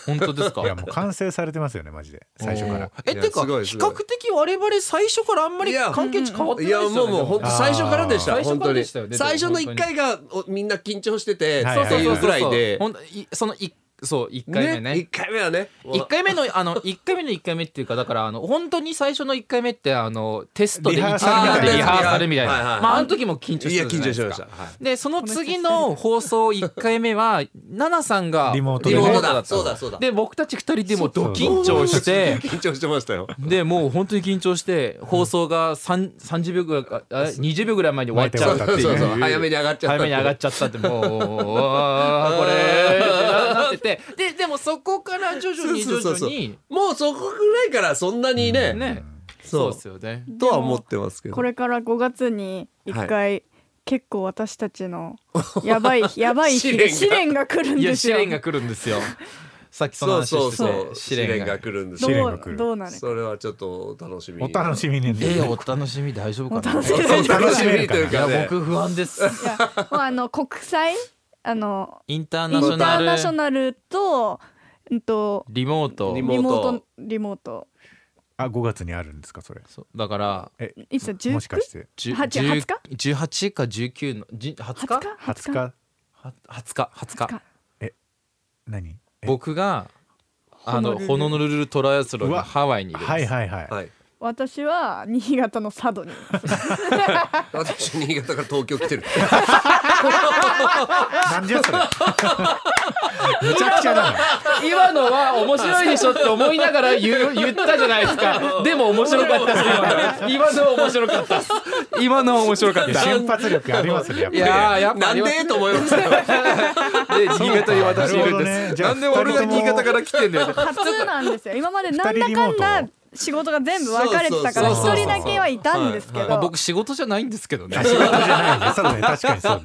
[SPEAKER 3] 本当ですか
[SPEAKER 1] いやもう完成されてますよねマジで最初から
[SPEAKER 3] え
[SPEAKER 4] いや
[SPEAKER 3] てか
[SPEAKER 4] す
[SPEAKER 3] 比
[SPEAKER 4] ごいすごい
[SPEAKER 3] 較的我々最初からあんまり
[SPEAKER 4] いや
[SPEAKER 3] 関係値変わって
[SPEAKER 4] い
[SPEAKER 3] ないです
[SPEAKER 4] や
[SPEAKER 3] よね
[SPEAKER 4] もうもう
[SPEAKER 3] で
[SPEAKER 4] 本当最初からでし
[SPEAKER 3] あ
[SPEAKER 4] た
[SPEAKER 3] ー
[SPEAKER 4] 本当に
[SPEAKER 3] 最初からでしたよね
[SPEAKER 4] 最初の一回がおみんな緊張してて
[SPEAKER 1] はい
[SPEAKER 4] っていうぐらいで
[SPEAKER 3] ほんといそのいそう一回目
[SPEAKER 4] ね
[SPEAKER 3] ね
[SPEAKER 4] 一回目はね
[SPEAKER 3] 一回目のあの一回目の一回目っていうかだからあの本当に最初の一回目ってあのテストで
[SPEAKER 1] リ
[SPEAKER 3] 1
[SPEAKER 1] ハーサル
[SPEAKER 3] 位
[SPEAKER 1] み
[SPEAKER 3] に
[SPEAKER 1] たいな
[SPEAKER 3] なってリハーサルみたい
[SPEAKER 4] はいはいは
[SPEAKER 3] ないまああの時も緊張
[SPEAKER 4] い
[SPEAKER 3] し
[SPEAKER 4] や
[SPEAKER 3] たじゃない
[SPEAKER 4] 緊張
[SPEAKER 3] で
[SPEAKER 4] し
[SPEAKER 3] す
[SPEAKER 4] ました
[SPEAKER 3] か
[SPEAKER 4] はい
[SPEAKER 3] でその次の放送1回目は奈々さんが
[SPEAKER 1] リモート
[SPEAKER 4] リ
[SPEAKER 1] でね
[SPEAKER 4] モート
[SPEAKER 3] リ
[SPEAKER 4] だそうだそうだ
[SPEAKER 3] で僕たち2人でもド緊張して
[SPEAKER 4] 緊張してましたよ
[SPEAKER 3] でもう本当に緊張して放送が3 30秒ぐらいかあ20秒ぐらい前に終わっちゃうって
[SPEAKER 4] そう
[SPEAKER 3] い
[SPEAKER 4] そう
[SPEAKER 3] う
[SPEAKER 4] そう早めに上がっちゃった
[SPEAKER 3] 早めに上がっちゃったってもううわーこれってなっててででもそこから徐々に徐
[SPEAKER 4] そうそう
[SPEAKER 3] 々
[SPEAKER 4] そう
[SPEAKER 3] に
[SPEAKER 4] もうそこぐらいからそんなにね
[SPEAKER 3] ねそうですよね
[SPEAKER 4] とは思ってますけど
[SPEAKER 2] これから5月に一回、結構私たちの やばいやばい日で試
[SPEAKER 4] 試
[SPEAKER 2] 練が来るん
[SPEAKER 3] いや
[SPEAKER 2] です
[SPEAKER 3] 試
[SPEAKER 2] よ。
[SPEAKER 3] 練が来るんですよさっきその
[SPEAKER 4] そう
[SPEAKER 3] 話し
[SPEAKER 4] そう
[SPEAKER 3] て
[SPEAKER 4] そう
[SPEAKER 3] て
[SPEAKER 4] 試
[SPEAKER 3] 試
[SPEAKER 4] 練
[SPEAKER 3] 練
[SPEAKER 4] が
[SPEAKER 3] が
[SPEAKER 4] 来るんです
[SPEAKER 1] 試練
[SPEAKER 4] よ
[SPEAKER 2] ど
[SPEAKER 1] が来
[SPEAKER 2] う
[SPEAKER 1] る
[SPEAKER 2] どうなるか。
[SPEAKER 4] それはちょっとお楽しみ
[SPEAKER 1] お
[SPEAKER 4] に
[SPEAKER 1] 楽しみに
[SPEAKER 3] えーお楽しみ大丈夫か
[SPEAKER 2] お
[SPEAKER 3] な
[SPEAKER 2] 楽しみ
[SPEAKER 4] そう楽しみ
[SPEAKER 1] 楽しみ
[SPEAKER 4] という
[SPEAKER 3] いや
[SPEAKER 4] かね
[SPEAKER 3] 僕不安です
[SPEAKER 2] いやもうあの国際あの
[SPEAKER 3] インタ
[SPEAKER 2] イ
[SPEAKER 3] ー
[SPEAKER 2] ン
[SPEAKER 3] ナショ
[SPEAKER 2] タ
[SPEAKER 3] ナ
[SPEAKER 2] ーナショ
[SPEAKER 3] ル
[SPEAKER 2] ナルとうんと
[SPEAKER 3] リモート
[SPEAKER 4] リ
[SPEAKER 2] リモー
[SPEAKER 4] リモー
[SPEAKER 2] トリモート
[SPEAKER 1] あ5月にあるんですかそれ
[SPEAKER 3] そうだから
[SPEAKER 1] え
[SPEAKER 2] いつだ19
[SPEAKER 1] もしかして
[SPEAKER 3] じゅ
[SPEAKER 2] はじゅ
[SPEAKER 3] じゅ
[SPEAKER 2] 20か
[SPEAKER 3] 18か19のじ20
[SPEAKER 2] 20
[SPEAKER 3] 日
[SPEAKER 2] 日
[SPEAKER 1] 20日
[SPEAKER 3] は20日20日
[SPEAKER 1] 何え
[SPEAKER 3] 僕があの
[SPEAKER 2] ホ
[SPEAKER 3] ホ
[SPEAKER 2] ノ
[SPEAKER 3] ノルルトライアスロン
[SPEAKER 1] う
[SPEAKER 3] に
[SPEAKER 1] わ
[SPEAKER 3] ハワイにいるんです
[SPEAKER 1] はいはいはい、
[SPEAKER 4] はい
[SPEAKER 2] 私は新潟の佐渡にいます
[SPEAKER 4] 私新潟から東京来てる
[SPEAKER 1] なんじゃそれめちゃくちゃだな
[SPEAKER 3] 今のは面白いでしょって思いながら言う 言ったじゃないですかでも面白かったです今の面白かったです今のは面白かっ
[SPEAKER 1] いや瞬発力ありますねやっぱ
[SPEAKER 3] いやーやっぱ
[SPEAKER 4] なんでと思いましたよ
[SPEAKER 3] で新潟に私いるん
[SPEAKER 1] なるほどね
[SPEAKER 3] です
[SPEAKER 1] じゃあ
[SPEAKER 3] なんで俺
[SPEAKER 1] 二人
[SPEAKER 3] が
[SPEAKER 1] とも
[SPEAKER 3] 新潟から来てんだよ
[SPEAKER 2] 初なんですよ今までなんだ
[SPEAKER 1] 二人リモ
[SPEAKER 2] か
[SPEAKER 1] ー
[SPEAKER 2] んだ仕事が全部分かれてたから
[SPEAKER 4] そう
[SPEAKER 3] そうそうそう
[SPEAKER 2] 一人だけはいたんですけ
[SPEAKER 3] まあ
[SPEAKER 2] ど
[SPEAKER 3] 僕仕事じゃないんですけどね
[SPEAKER 1] 仕事じゃないね。そうね、確かにそう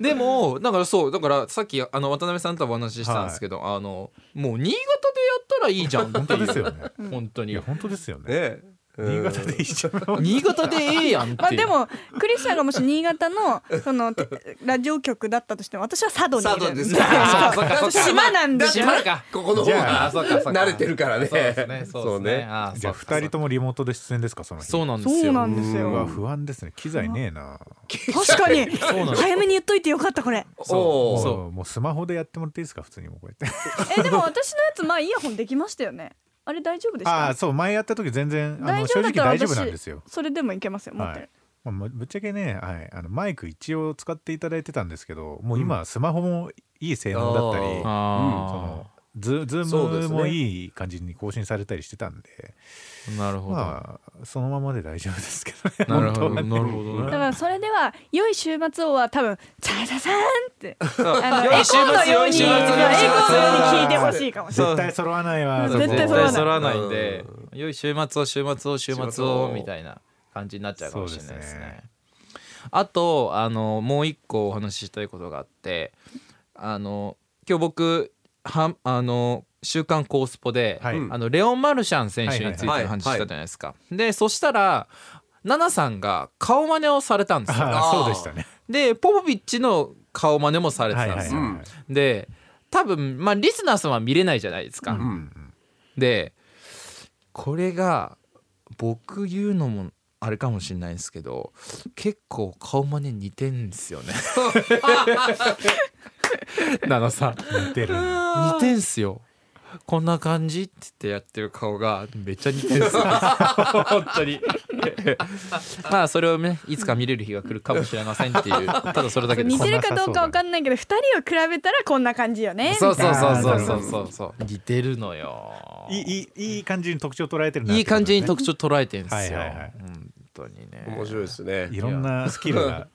[SPEAKER 1] ね。
[SPEAKER 3] でもだからそうだからさっきあの渡辺さんともお話ししたんですけど、あのもう新潟でやったらいいじゃん本当
[SPEAKER 1] 本当ですよね。
[SPEAKER 3] 本当
[SPEAKER 1] い
[SPEAKER 3] に
[SPEAKER 1] や、本当ですよね。
[SPEAKER 4] ね
[SPEAKER 1] 新潟でいいじゃん。
[SPEAKER 3] 新潟でええやんっていう
[SPEAKER 2] まあでもクリスさんがもし新潟のそのてラジオ局だったとしても私は佐渡にい
[SPEAKER 4] 佐渡
[SPEAKER 2] る
[SPEAKER 4] です
[SPEAKER 2] そうそう島なんで
[SPEAKER 4] だっ
[SPEAKER 2] す
[SPEAKER 4] た
[SPEAKER 2] よ
[SPEAKER 4] らここの方
[SPEAKER 1] じゃ
[SPEAKER 4] が
[SPEAKER 1] あ
[SPEAKER 3] そうかそうか
[SPEAKER 4] 慣れてるからね
[SPEAKER 3] そうですねそうですねああ
[SPEAKER 1] じゃあ、
[SPEAKER 3] そうか
[SPEAKER 1] 二人ともリモートで出演ですか、その日。
[SPEAKER 3] そうなんですよ
[SPEAKER 2] そうなんです
[SPEAKER 1] うわ、
[SPEAKER 2] よ
[SPEAKER 1] 不安ですね。機材ねえな。
[SPEAKER 2] 確かに
[SPEAKER 3] うなんです
[SPEAKER 2] 早めに言っといてよかったこれ
[SPEAKER 4] お
[SPEAKER 3] そう
[SPEAKER 4] ー
[SPEAKER 1] もう、もうスマホでやってもらっていいですか、普通にもうこうやって。
[SPEAKER 2] えでも私のやつまあイヤホンできましたよねあれ大丈夫でし
[SPEAKER 1] あ
[SPEAKER 2] た
[SPEAKER 1] あ、そう、前やった時、全然、あ
[SPEAKER 2] 大
[SPEAKER 1] の、
[SPEAKER 2] 丈
[SPEAKER 1] 正直
[SPEAKER 2] 夫だったら
[SPEAKER 1] 大丈
[SPEAKER 2] 私
[SPEAKER 1] 夫なんですよ。
[SPEAKER 2] それでもいけますよ持っ
[SPEAKER 1] は
[SPEAKER 2] てる
[SPEAKER 1] い。まあ、ぶっちゃけね、はい、あの、マイク一応使っていただいてたんですけど、もう今、スマホもいい性能だったり。
[SPEAKER 4] あー
[SPEAKER 1] そ
[SPEAKER 3] あ
[SPEAKER 1] のズズ
[SPEAKER 4] そうで
[SPEAKER 1] ー
[SPEAKER 4] す
[SPEAKER 1] ムも
[SPEAKER 4] ね
[SPEAKER 1] いい感じに更新されたりしてたんで、
[SPEAKER 3] ーなるほど、
[SPEAKER 1] まあそのままで大丈夫ですけどね。
[SPEAKER 3] なるほど
[SPEAKER 1] 本当はね
[SPEAKER 3] なるほど
[SPEAKER 2] だ
[SPEAKER 3] ね
[SPEAKER 2] からそれでは「良い週末を」は多分「さやささん」ってあの
[SPEAKER 3] 良
[SPEAKER 2] エ
[SPEAKER 3] い週
[SPEAKER 2] コ
[SPEAKER 3] 末
[SPEAKER 2] ーのように
[SPEAKER 1] 良い週末
[SPEAKER 2] エコーのように聞いてほしいかもしれない
[SPEAKER 1] 絶対揃わないわ。
[SPEAKER 2] そう絶対
[SPEAKER 3] 絶
[SPEAKER 2] 揃わない
[SPEAKER 3] 対揃わないんで、良い週末を週末を週末をみたいな感じになっちゃうかもしれないです
[SPEAKER 1] そう
[SPEAKER 3] ね。
[SPEAKER 1] ですね
[SPEAKER 3] あとあのもう一個お話ししたいことがあってあの今日僕はあの週刊コースポで、
[SPEAKER 1] はい
[SPEAKER 3] あのレオン・マルシャン選手についての
[SPEAKER 4] はいはいはい
[SPEAKER 3] 話したじゃないですか。でそしたらナナさんが顔真似をされたんですよ。
[SPEAKER 1] ああそうでしたね。
[SPEAKER 3] でポポビッチの顔真似もされてたんですよ。
[SPEAKER 4] うん
[SPEAKER 3] で多分まあリスナーさんは見れないじゃないですか。
[SPEAKER 1] うん
[SPEAKER 3] でこれが僕言うのもあれかもしれないんですけど結構顔真似似てんです よねナナさん
[SPEAKER 1] 似てる。
[SPEAKER 3] 似てんすよこんな感じって言ってやってる顔がめっちゃ似てるん すよ本当に まあそれをねいつか見れる日が来るかもしれませんっていうただそれだけです
[SPEAKER 2] 似てるかどうかわかんないけど2人を比べたらこんな感じよね
[SPEAKER 3] そうそうそうそう
[SPEAKER 1] みた
[SPEAKER 3] そ
[SPEAKER 1] いうな
[SPEAKER 3] そうそう似てるのよ
[SPEAKER 1] いいいいいい感じに特徴捉えてるなって
[SPEAKER 3] いい
[SPEAKER 1] こと
[SPEAKER 3] 感
[SPEAKER 1] ですね
[SPEAKER 3] じに特徴捉えてるんですよ。
[SPEAKER 1] はいはいはい
[SPEAKER 3] 本当にね。
[SPEAKER 4] 面白いですね
[SPEAKER 1] いろんなスキルが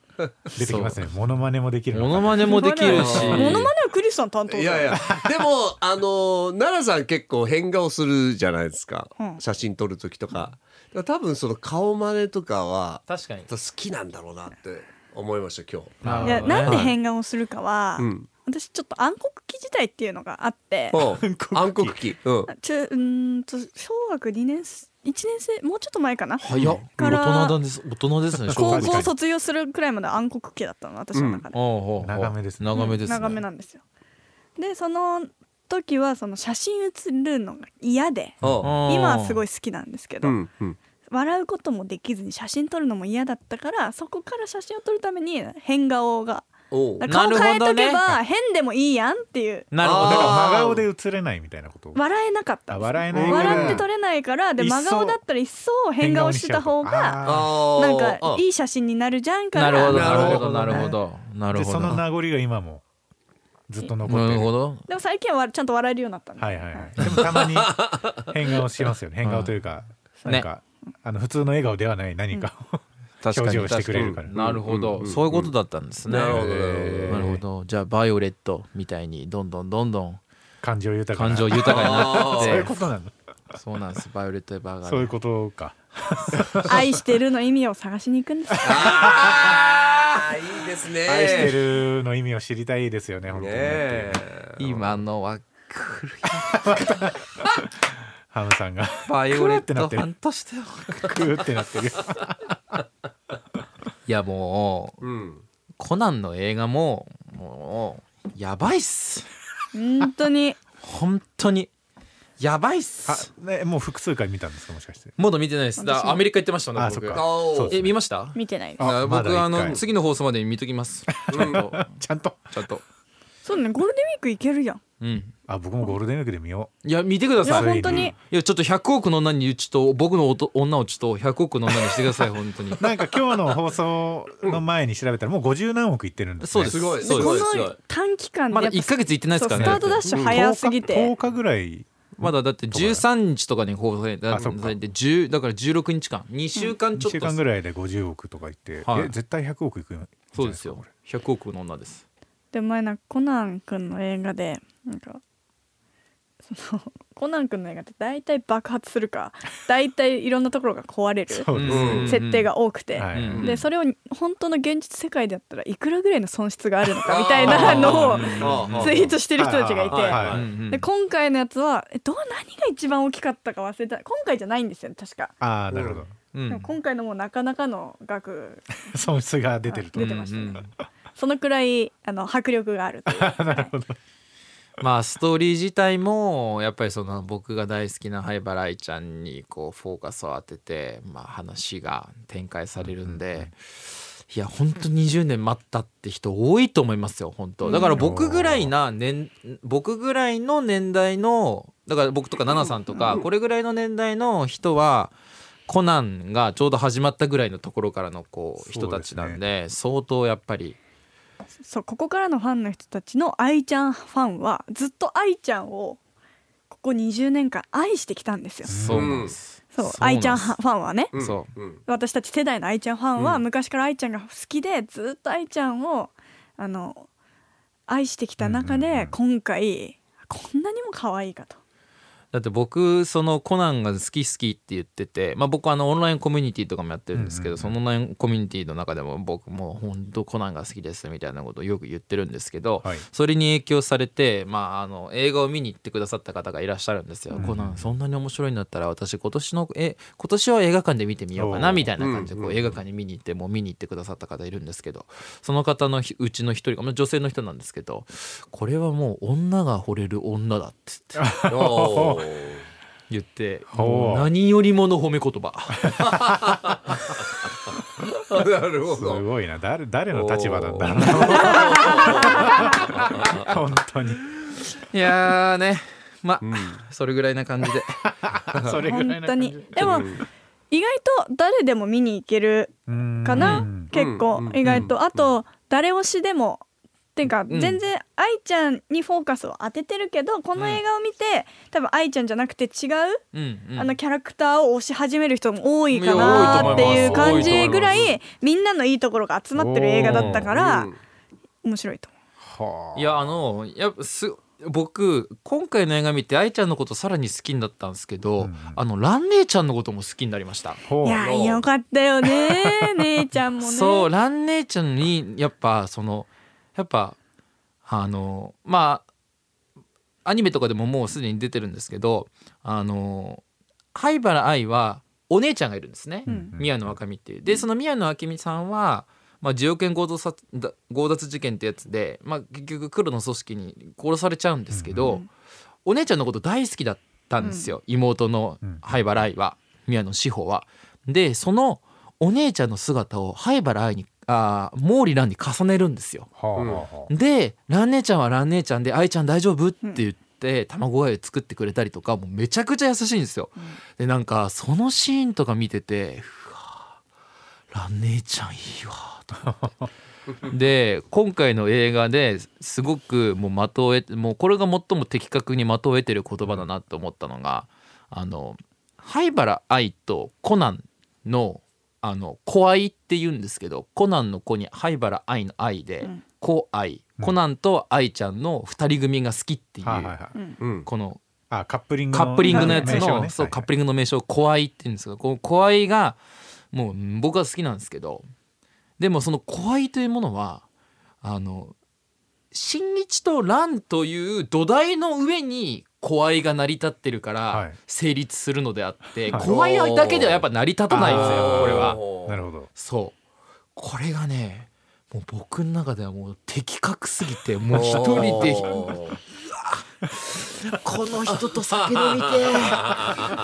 [SPEAKER 1] 出てきますね。モノマネもできる
[SPEAKER 3] モ
[SPEAKER 1] の
[SPEAKER 3] ノ
[SPEAKER 1] か。
[SPEAKER 3] マネもできるし。
[SPEAKER 2] モノマネはクリスさん担当だ
[SPEAKER 4] い
[SPEAKER 2] よ
[SPEAKER 4] やいや でもあの奈良さん結構変顔するじゃないですか、
[SPEAKER 2] うん
[SPEAKER 4] 写真撮る時とかだから多分その顔真似とかは
[SPEAKER 3] 確かに。
[SPEAKER 4] 好きなんだろうなって思いました今
[SPEAKER 3] ない
[SPEAKER 4] 日
[SPEAKER 3] る
[SPEAKER 2] や
[SPEAKER 3] ほどね
[SPEAKER 2] なんで変顔するかは、
[SPEAKER 4] うん
[SPEAKER 2] 私ちょっと暗黒期時代っていうのがあって
[SPEAKER 1] 暗
[SPEAKER 4] お
[SPEAKER 1] 黒期
[SPEAKER 4] 暗黒期うん
[SPEAKER 2] 中うーんと小学2年1年生もうちょっと前かな
[SPEAKER 3] 早っ。
[SPEAKER 2] か
[SPEAKER 3] 大
[SPEAKER 2] ら
[SPEAKER 3] 人だです。大人ですね。
[SPEAKER 2] 高
[SPEAKER 1] 確か
[SPEAKER 2] 校
[SPEAKER 1] に
[SPEAKER 2] 卒業するくらいまで暗黒期だったの私の中で、
[SPEAKER 3] おうおうおう
[SPEAKER 1] 長めですね
[SPEAKER 3] 長めですね。
[SPEAKER 2] 長めなんですよでその時はその写真写るのが嫌で
[SPEAKER 4] お
[SPEAKER 3] うん。
[SPEAKER 2] 今はすごい好きなんですけど、
[SPEAKER 4] うんうん
[SPEAKER 2] 笑うこともできずに写真撮るのも嫌だったからそこから写真を撮るために変顔が
[SPEAKER 4] おう
[SPEAKER 2] だから顔変えとけ
[SPEAKER 3] なるほ
[SPEAKER 2] ば変でもいいやんっていう
[SPEAKER 3] なるほ
[SPEAKER 1] だ
[SPEAKER 3] ど。
[SPEAKER 1] から
[SPEAKER 4] あー
[SPEAKER 1] 真顔で映れないみたいなこと。
[SPEAKER 2] 笑えなかったん
[SPEAKER 1] あ
[SPEAKER 2] です
[SPEAKER 1] 笑えないから。
[SPEAKER 2] 笑って撮れないからで
[SPEAKER 1] いっそ
[SPEAKER 2] 真顔だったら一層変顔してた方が
[SPEAKER 1] あ
[SPEAKER 4] あ
[SPEAKER 2] な
[SPEAKER 4] ー
[SPEAKER 2] んか
[SPEAKER 4] あ
[SPEAKER 2] いい写真になるじゃんか
[SPEAKER 3] なる
[SPEAKER 2] ら
[SPEAKER 3] ほど。
[SPEAKER 4] な
[SPEAKER 3] な
[SPEAKER 4] る
[SPEAKER 3] るほ
[SPEAKER 4] ほ
[SPEAKER 1] ど
[SPEAKER 3] ど。なるほど。な
[SPEAKER 1] ー
[SPEAKER 3] る
[SPEAKER 1] で
[SPEAKER 3] ほ
[SPEAKER 1] そ
[SPEAKER 3] ど。
[SPEAKER 1] の
[SPEAKER 3] な
[SPEAKER 1] 名残が今もずっと残って
[SPEAKER 3] る
[SPEAKER 1] る。
[SPEAKER 3] ほど。
[SPEAKER 2] でも最近はわちゃんと笑えるようになったんで、
[SPEAKER 1] はいはいはい。でもたまに変顔しますよね。 変顔というか、
[SPEAKER 3] うん
[SPEAKER 1] なんか、あの普通の笑顔ではない何かを。
[SPEAKER 3] 確か
[SPEAKER 1] 表情
[SPEAKER 3] に
[SPEAKER 1] をしてくれる
[SPEAKER 3] 確
[SPEAKER 1] か
[SPEAKER 3] からに。なるほど。そういうことだったんですね。
[SPEAKER 4] なるほど
[SPEAKER 3] な
[SPEAKER 4] なる
[SPEAKER 3] るほど。じゃあバイオレットみたいにどんどんどんどん
[SPEAKER 1] 感情豊かな。
[SPEAKER 3] 感情豊かに
[SPEAKER 4] あ ー
[SPEAKER 1] そうい
[SPEAKER 3] な
[SPEAKER 1] う
[SPEAKER 3] って
[SPEAKER 1] こ。となの。
[SPEAKER 3] そうなんですバイオレット・エヴァーガーデン
[SPEAKER 1] そういうことか
[SPEAKER 2] 愛してるの意味を探しに行くんです。
[SPEAKER 4] ああいいですね
[SPEAKER 1] 愛してるの意味を知りたいですよね本当
[SPEAKER 4] ね
[SPEAKER 1] に
[SPEAKER 4] え
[SPEAKER 3] 今のは
[SPEAKER 1] ハムさん が
[SPEAKER 3] バイオレット半年だよ
[SPEAKER 1] クーってなってる
[SPEAKER 3] いやもう
[SPEAKER 4] うん
[SPEAKER 3] コナンの映画ももうやばいっす
[SPEAKER 2] 本当に。
[SPEAKER 3] 本当にやばいっす
[SPEAKER 1] あねもう複数回見たんですかもしかして
[SPEAKER 3] まだ見てないですだから
[SPEAKER 2] 私も
[SPEAKER 3] アメリカ行ってましたね
[SPEAKER 1] あ
[SPEAKER 3] 僕
[SPEAKER 1] そっか
[SPEAKER 4] あ
[SPEAKER 1] そう
[SPEAKER 3] え見ました
[SPEAKER 2] 見てないです
[SPEAKER 1] あ
[SPEAKER 3] あ
[SPEAKER 1] まだ一
[SPEAKER 3] 僕
[SPEAKER 1] 回
[SPEAKER 3] あの次の放送までに見とき ますちゃんと
[SPEAKER 1] ちゃんと
[SPEAKER 3] ちゃんと
[SPEAKER 2] そうねゴールデンウィーク行けるじゃん
[SPEAKER 3] うん
[SPEAKER 1] あ僕もゴールデンウィークで見よ
[SPEAKER 3] いや見てくだ
[SPEAKER 2] いや
[SPEAKER 3] さい
[SPEAKER 1] ついに
[SPEAKER 2] 本当に
[SPEAKER 3] いやちょっと100億の女にちょっと僕のおと女をちょっと100億の女にしてください本当に
[SPEAKER 1] うなんか今日の放送の前に調べたらもう50何億いってるんです、ね、
[SPEAKER 3] そうです
[SPEAKER 4] すごい
[SPEAKER 2] ですこ
[SPEAKER 3] ごいすご
[SPEAKER 2] の
[SPEAKER 3] い
[SPEAKER 2] 短期間
[SPEAKER 3] ま
[SPEAKER 2] で
[SPEAKER 3] だ
[SPEAKER 2] やっぱ
[SPEAKER 3] 1ヶ月行ってないで
[SPEAKER 2] そ
[SPEAKER 3] すか
[SPEAKER 2] う
[SPEAKER 3] ら
[SPEAKER 2] ス
[SPEAKER 3] ね
[SPEAKER 2] タートダッシュ早すぎ
[SPEAKER 1] 10
[SPEAKER 2] て
[SPEAKER 1] 日ぐらい
[SPEAKER 3] まだだって13日とかに放送されて
[SPEAKER 1] あそっか
[SPEAKER 3] されて10だから16日間2週間ち
[SPEAKER 1] 2
[SPEAKER 3] ょっと
[SPEAKER 1] 週間ぐらいで50億とかいって、
[SPEAKER 3] はい
[SPEAKER 1] え絶対100億いくよ
[SPEAKER 3] そうですよ100億の女です
[SPEAKER 2] で前なんかコナン君の映画でなんかそのコナン君の映画って大体爆発するか大体いろんなところが壊れる
[SPEAKER 1] そうです、
[SPEAKER 4] うん
[SPEAKER 2] 設定が多くて、
[SPEAKER 1] はい、
[SPEAKER 3] うん
[SPEAKER 2] でそれを本当の現実世界だったらいくらぐらいの損失があるのかみたいなのを
[SPEAKER 3] あ
[SPEAKER 2] ツイートしてる人たちがいて。
[SPEAKER 1] はいはい
[SPEAKER 3] うんうん
[SPEAKER 2] で今回のやつはえどう何が一番大きかったか忘れた今回じゃないんですよね確か、
[SPEAKER 1] ああなるほど、
[SPEAKER 3] うん
[SPEAKER 2] でも今回のもうなかなかの額
[SPEAKER 1] 損失が出てると、
[SPEAKER 2] 出てましたね
[SPEAKER 3] うんうん
[SPEAKER 2] そのくらいあの迫力があるという
[SPEAKER 3] まあストーリー自体もやっぱりその僕が大好きな灰原愛ちゃんにこうフォーカスを当てて、まあ、話が展開されるんで、いや本当20年待ったって人多いと思いますよ本当だから僕ぐらいな年僕ぐらいの年代のだから僕とか奈々さんとかこれぐらいの年代の人は。コナンがちょうど始まったぐらいのところからのこう人たちなんで
[SPEAKER 1] そう
[SPEAKER 3] 相当やっぱり
[SPEAKER 2] そうここからのファンの人たちの愛ちゃんファンはずっと愛ちゃんをここ20年間愛してきたんですよ、
[SPEAKER 3] そうなんです。
[SPEAKER 2] そう
[SPEAKER 3] なん
[SPEAKER 2] 愛
[SPEAKER 3] です
[SPEAKER 2] ちゃんはファンはね、
[SPEAKER 4] うん
[SPEAKER 3] そ
[SPEAKER 4] うん
[SPEAKER 2] 私たち世代の愛ちゃんファンは昔から愛ちゃんが好きでずっと愛ちゃんをあの愛してきた中
[SPEAKER 1] うんうんう
[SPEAKER 2] で
[SPEAKER 1] ん
[SPEAKER 2] 今回こんなにも可愛いかと。
[SPEAKER 3] だって僕そのコナンが好き好きって言ってて、まあ、僕はあのオンラインコミュニティとかもやってるんですけど、
[SPEAKER 1] うんうんうん
[SPEAKER 3] そのオンラインコミュニティの中でも僕もう本当コナンが好きですみたいなことをよく言ってるんですけど、
[SPEAKER 1] はい
[SPEAKER 3] それに影響されて、まあ、あの映画を見に行ってくださった方がいらっしゃるんですよ、
[SPEAKER 1] うん
[SPEAKER 3] コナンそんなに面白いんだったら私今年のえ今年は映画館で見てみようか
[SPEAKER 1] お
[SPEAKER 3] な
[SPEAKER 1] ー
[SPEAKER 3] みたいな感じでこ
[SPEAKER 4] うん
[SPEAKER 3] う
[SPEAKER 4] うん
[SPEAKER 3] 映画館に見に行ってもう見に行ってくださった方いるんですけどその方のひうちの一人が、まあ、女性の人なんですけどこれはもう女が惚れる女だって言っ て。
[SPEAKER 4] おー
[SPEAKER 3] 言って
[SPEAKER 1] ほう
[SPEAKER 3] もう何よりもの褒め言葉
[SPEAKER 4] なるほ
[SPEAKER 1] す
[SPEAKER 4] ど
[SPEAKER 1] ごいな誰誰の立場なんだろうな 本当に
[SPEAKER 3] いやーねまあ、それぐらいな感 じで
[SPEAKER 1] それぐらいな
[SPEAKER 2] 本当
[SPEAKER 1] 感じ
[SPEAKER 2] にでも意外と誰でも見に行ける
[SPEAKER 1] うん
[SPEAKER 2] かな、
[SPEAKER 1] うん
[SPEAKER 2] 結
[SPEAKER 4] う
[SPEAKER 2] 構
[SPEAKER 4] んうん
[SPEAKER 2] 意外と、あと誰推しでもっていうか
[SPEAKER 3] ん
[SPEAKER 2] 全然愛ちゃんにフォーカスを当ててるけどこの映画を見て、多分愛ちゃんじゃなくて違う、
[SPEAKER 3] うん、うん、
[SPEAKER 2] あのキャラクターを推し始める人も多いか
[SPEAKER 3] いや
[SPEAKER 2] な
[SPEAKER 3] 多
[SPEAKER 2] っ
[SPEAKER 3] いと
[SPEAKER 2] て
[SPEAKER 3] 思います
[SPEAKER 2] いう感
[SPEAKER 3] 多いと思
[SPEAKER 2] じ
[SPEAKER 3] います
[SPEAKER 2] ぐらいみんなのいいところが集まってる映画だったから
[SPEAKER 4] うん
[SPEAKER 2] 面白いと思
[SPEAKER 1] はあ
[SPEAKER 3] いやあのやっぱす僕今回の映画見て愛ちゃんのことさらに好きになったんですけど、
[SPEAKER 1] うん
[SPEAKER 3] あの蘭姉ちゃんのことも好きになりました
[SPEAKER 1] ほ
[SPEAKER 2] う
[SPEAKER 1] う
[SPEAKER 2] い
[SPEAKER 1] は
[SPEAKER 2] やよかったよ ね姉ちゃんもね
[SPEAKER 3] そう蘭姉ちゃんにやっぱそのやっぱあのまあアニメとかでももうすでに出てるんですけどあの灰原愛はお姉ちゃんがいるんですね、
[SPEAKER 2] うん
[SPEAKER 3] 宮野明美っていうでその宮野明美さんは、まあ、自由権強奪殺だ強奪事件ってやつで、まあ、結局黒の組織に殺されちゃうんですけど、
[SPEAKER 2] うん
[SPEAKER 3] お姉ちゃんのこと大好きだったんですよ、妹の灰原愛は宮野志保は。でそのお姉ちゃんの姿を灰原愛にあー毛利蘭に重ねるんですよ。
[SPEAKER 1] あはあはあ
[SPEAKER 3] で蘭姉ちゃんは蘭姉ちゃんで「愛ちゃん大丈夫?」って言って卵粥作ってくれたりとかもうめちゃくちゃ優しいんですよ。でなんかそのシーンとか見てて「うわ蘭姉ちゃんいいわ」と思ってで今回の映画ですごくもう的を得てもうこれが最も的確に的を得てる言葉だなと思ったのがあの灰原愛とコナンのあの子愛って言うんですけどコナンの子に灰原愛の愛で、
[SPEAKER 2] うん
[SPEAKER 3] 子愛コナンと愛ちゃんの2人組が好きっていう、
[SPEAKER 1] はいはいはい
[SPEAKER 2] うん
[SPEAKER 4] うん
[SPEAKER 3] この
[SPEAKER 1] あカップリングの
[SPEAKER 3] カップリングのやつ
[SPEAKER 1] 名称
[SPEAKER 3] の、
[SPEAKER 1] ね
[SPEAKER 3] そう、
[SPEAKER 1] はい
[SPEAKER 3] カップリングの名称「怖い」って言うんですがこの「怖い」がもううん僕は好きなんですけどでもその「怖い」というものはあの新一と蘭という土台の上に「怖い」が成り立ってるか
[SPEAKER 1] は
[SPEAKER 3] ら
[SPEAKER 1] い
[SPEAKER 3] 成立するのであって「
[SPEAKER 1] はい
[SPEAKER 3] 怖い」だけではやっぱ成り立たないんですよ
[SPEAKER 1] あー
[SPEAKER 3] これは。
[SPEAKER 1] なるほど
[SPEAKER 3] そうこれがねもう僕の中ではもう的確すぎ てもう一
[SPEAKER 4] お
[SPEAKER 3] 人で
[SPEAKER 4] ー
[SPEAKER 3] この人と酒飲みて え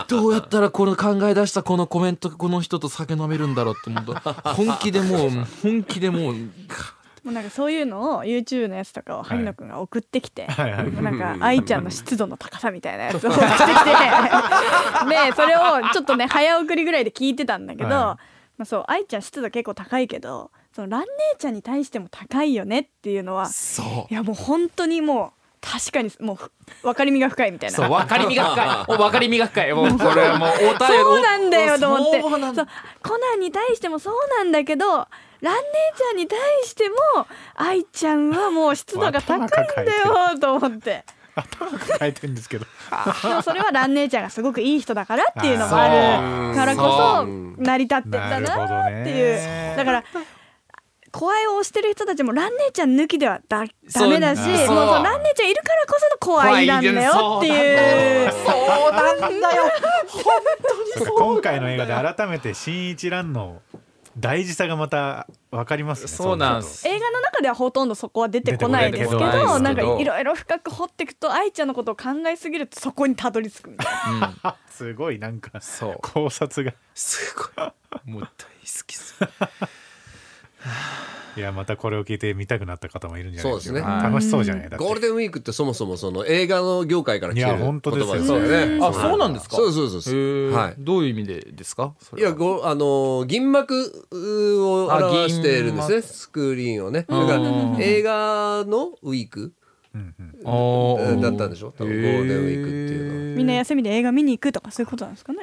[SPEAKER 3] どうやったらこの考え出したこのコメントこの人と酒飲めるんだろうって思うと本気でもう本気でもう
[SPEAKER 2] もうなんかそういうのを YouTube のやつとかを萩野くんが送ってきて、
[SPEAKER 1] はいはい
[SPEAKER 2] もうなんか愛ちゃんの湿度の高さみたいなやつを送 ってきてでそれをちょっとね早送りぐらいで聞いてたんだけど、
[SPEAKER 1] はい
[SPEAKER 2] まあ、そう愛ちゃん湿度結構高いけどその蘭姉ちゃんに対しても高いよねっていうのは
[SPEAKER 3] そ
[SPEAKER 2] いやもう本当にもう確かにもうふ分かりみが深いみたいうな
[SPEAKER 3] そう分かりみが 深いお分かりみが深いもうこれはもうおた
[SPEAKER 2] そうなんだよと思って
[SPEAKER 3] そうなん
[SPEAKER 2] そ
[SPEAKER 3] だ
[SPEAKER 2] うコナンに対してもそうなんだけど蘭姉ちゃんに対しても愛ちゃんはもう湿度が高いんだよと思って
[SPEAKER 1] 書いてるんですけど
[SPEAKER 2] でもそれは蘭姉ちゃんがすごくいい人だからっていうのもあるからこそ成り立ってんだなっていう
[SPEAKER 1] なるほどね
[SPEAKER 2] だから怖いを推してる人たちも蘭姉ちゃん抜きではだダメだし
[SPEAKER 3] そ
[SPEAKER 2] も
[SPEAKER 3] う
[SPEAKER 2] う
[SPEAKER 3] そう
[SPEAKER 2] そう蘭姉ちゃんいるからこその怖いなんだよっていう
[SPEAKER 3] そうなんだよそうなんだよ
[SPEAKER 1] それ今回の映画で改めて新一蘭の大事さがまた分かりますね
[SPEAKER 3] そうなんです
[SPEAKER 2] 映画の中ではほとんどそこは出てこないですけど
[SPEAKER 1] 出てこないですけど
[SPEAKER 2] なんかいろいろ深く掘っていくと愛ちゃんのことを考えすぎるとそこにたどり着くみたいな
[SPEAKER 3] うん
[SPEAKER 1] あすごいなんか
[SPEAKER 3] そう
[SPEAKER 1] 考察が
[SPEAKER 3] すごいもう大好きです
[SPEAKER 1] いやまたこれを聞いて見たくなった方もいるんじゃないですか
[SPEAKER 4] そうです
[SPEAKER 3] ね
[SPEAKER 1] 楽しそうじゃないだって
[SPEAKER 4] ゴールデンウィークってそもそもその映画の業界から来て
[SPEAKER 1] い
[SPEAKER 4] る
[SPEAKER 1] や
[SPEAKER 4] 言
[SPEAKER 1] 本当ですよ
[SPEAKER 4] 葉ですよね。
[SPEAKER 3] あそうなんですか
[SPEAKER 4] そうそうそう
[SPEAKER 3] へ
[SPEAKER 4] そう。
[SPEAKER 3] ー
[SPEAKER 4] はい。
[SPEAKER 3] どういう意味でですかそ
[SPEAKER 4] い
[SPEAKER 3] れは
[SPEAKER 4] やごあのー銀幕うを
[SPEAKER 3] あ
[SPEAKER 4] 表しているんで
[SPEAKER 3] 銀
[SPEAKER 4] すね
[SPEAKER 3] 幕
[SPEAKER 4] スクリーンをねだ
[SPEAKER 3] うん
[SPEAKER 4] から映画のウィーク
[SPEAKER 1] うんうん
[SPEAKER 3] あー
[SPEAKER 4] だったんでしょ多分ゴールデンウィークっていうのは
[SPEAKER 3] へー
[SPEAKER 2] みんな休みで映画見に行くとかそういうことなんですかね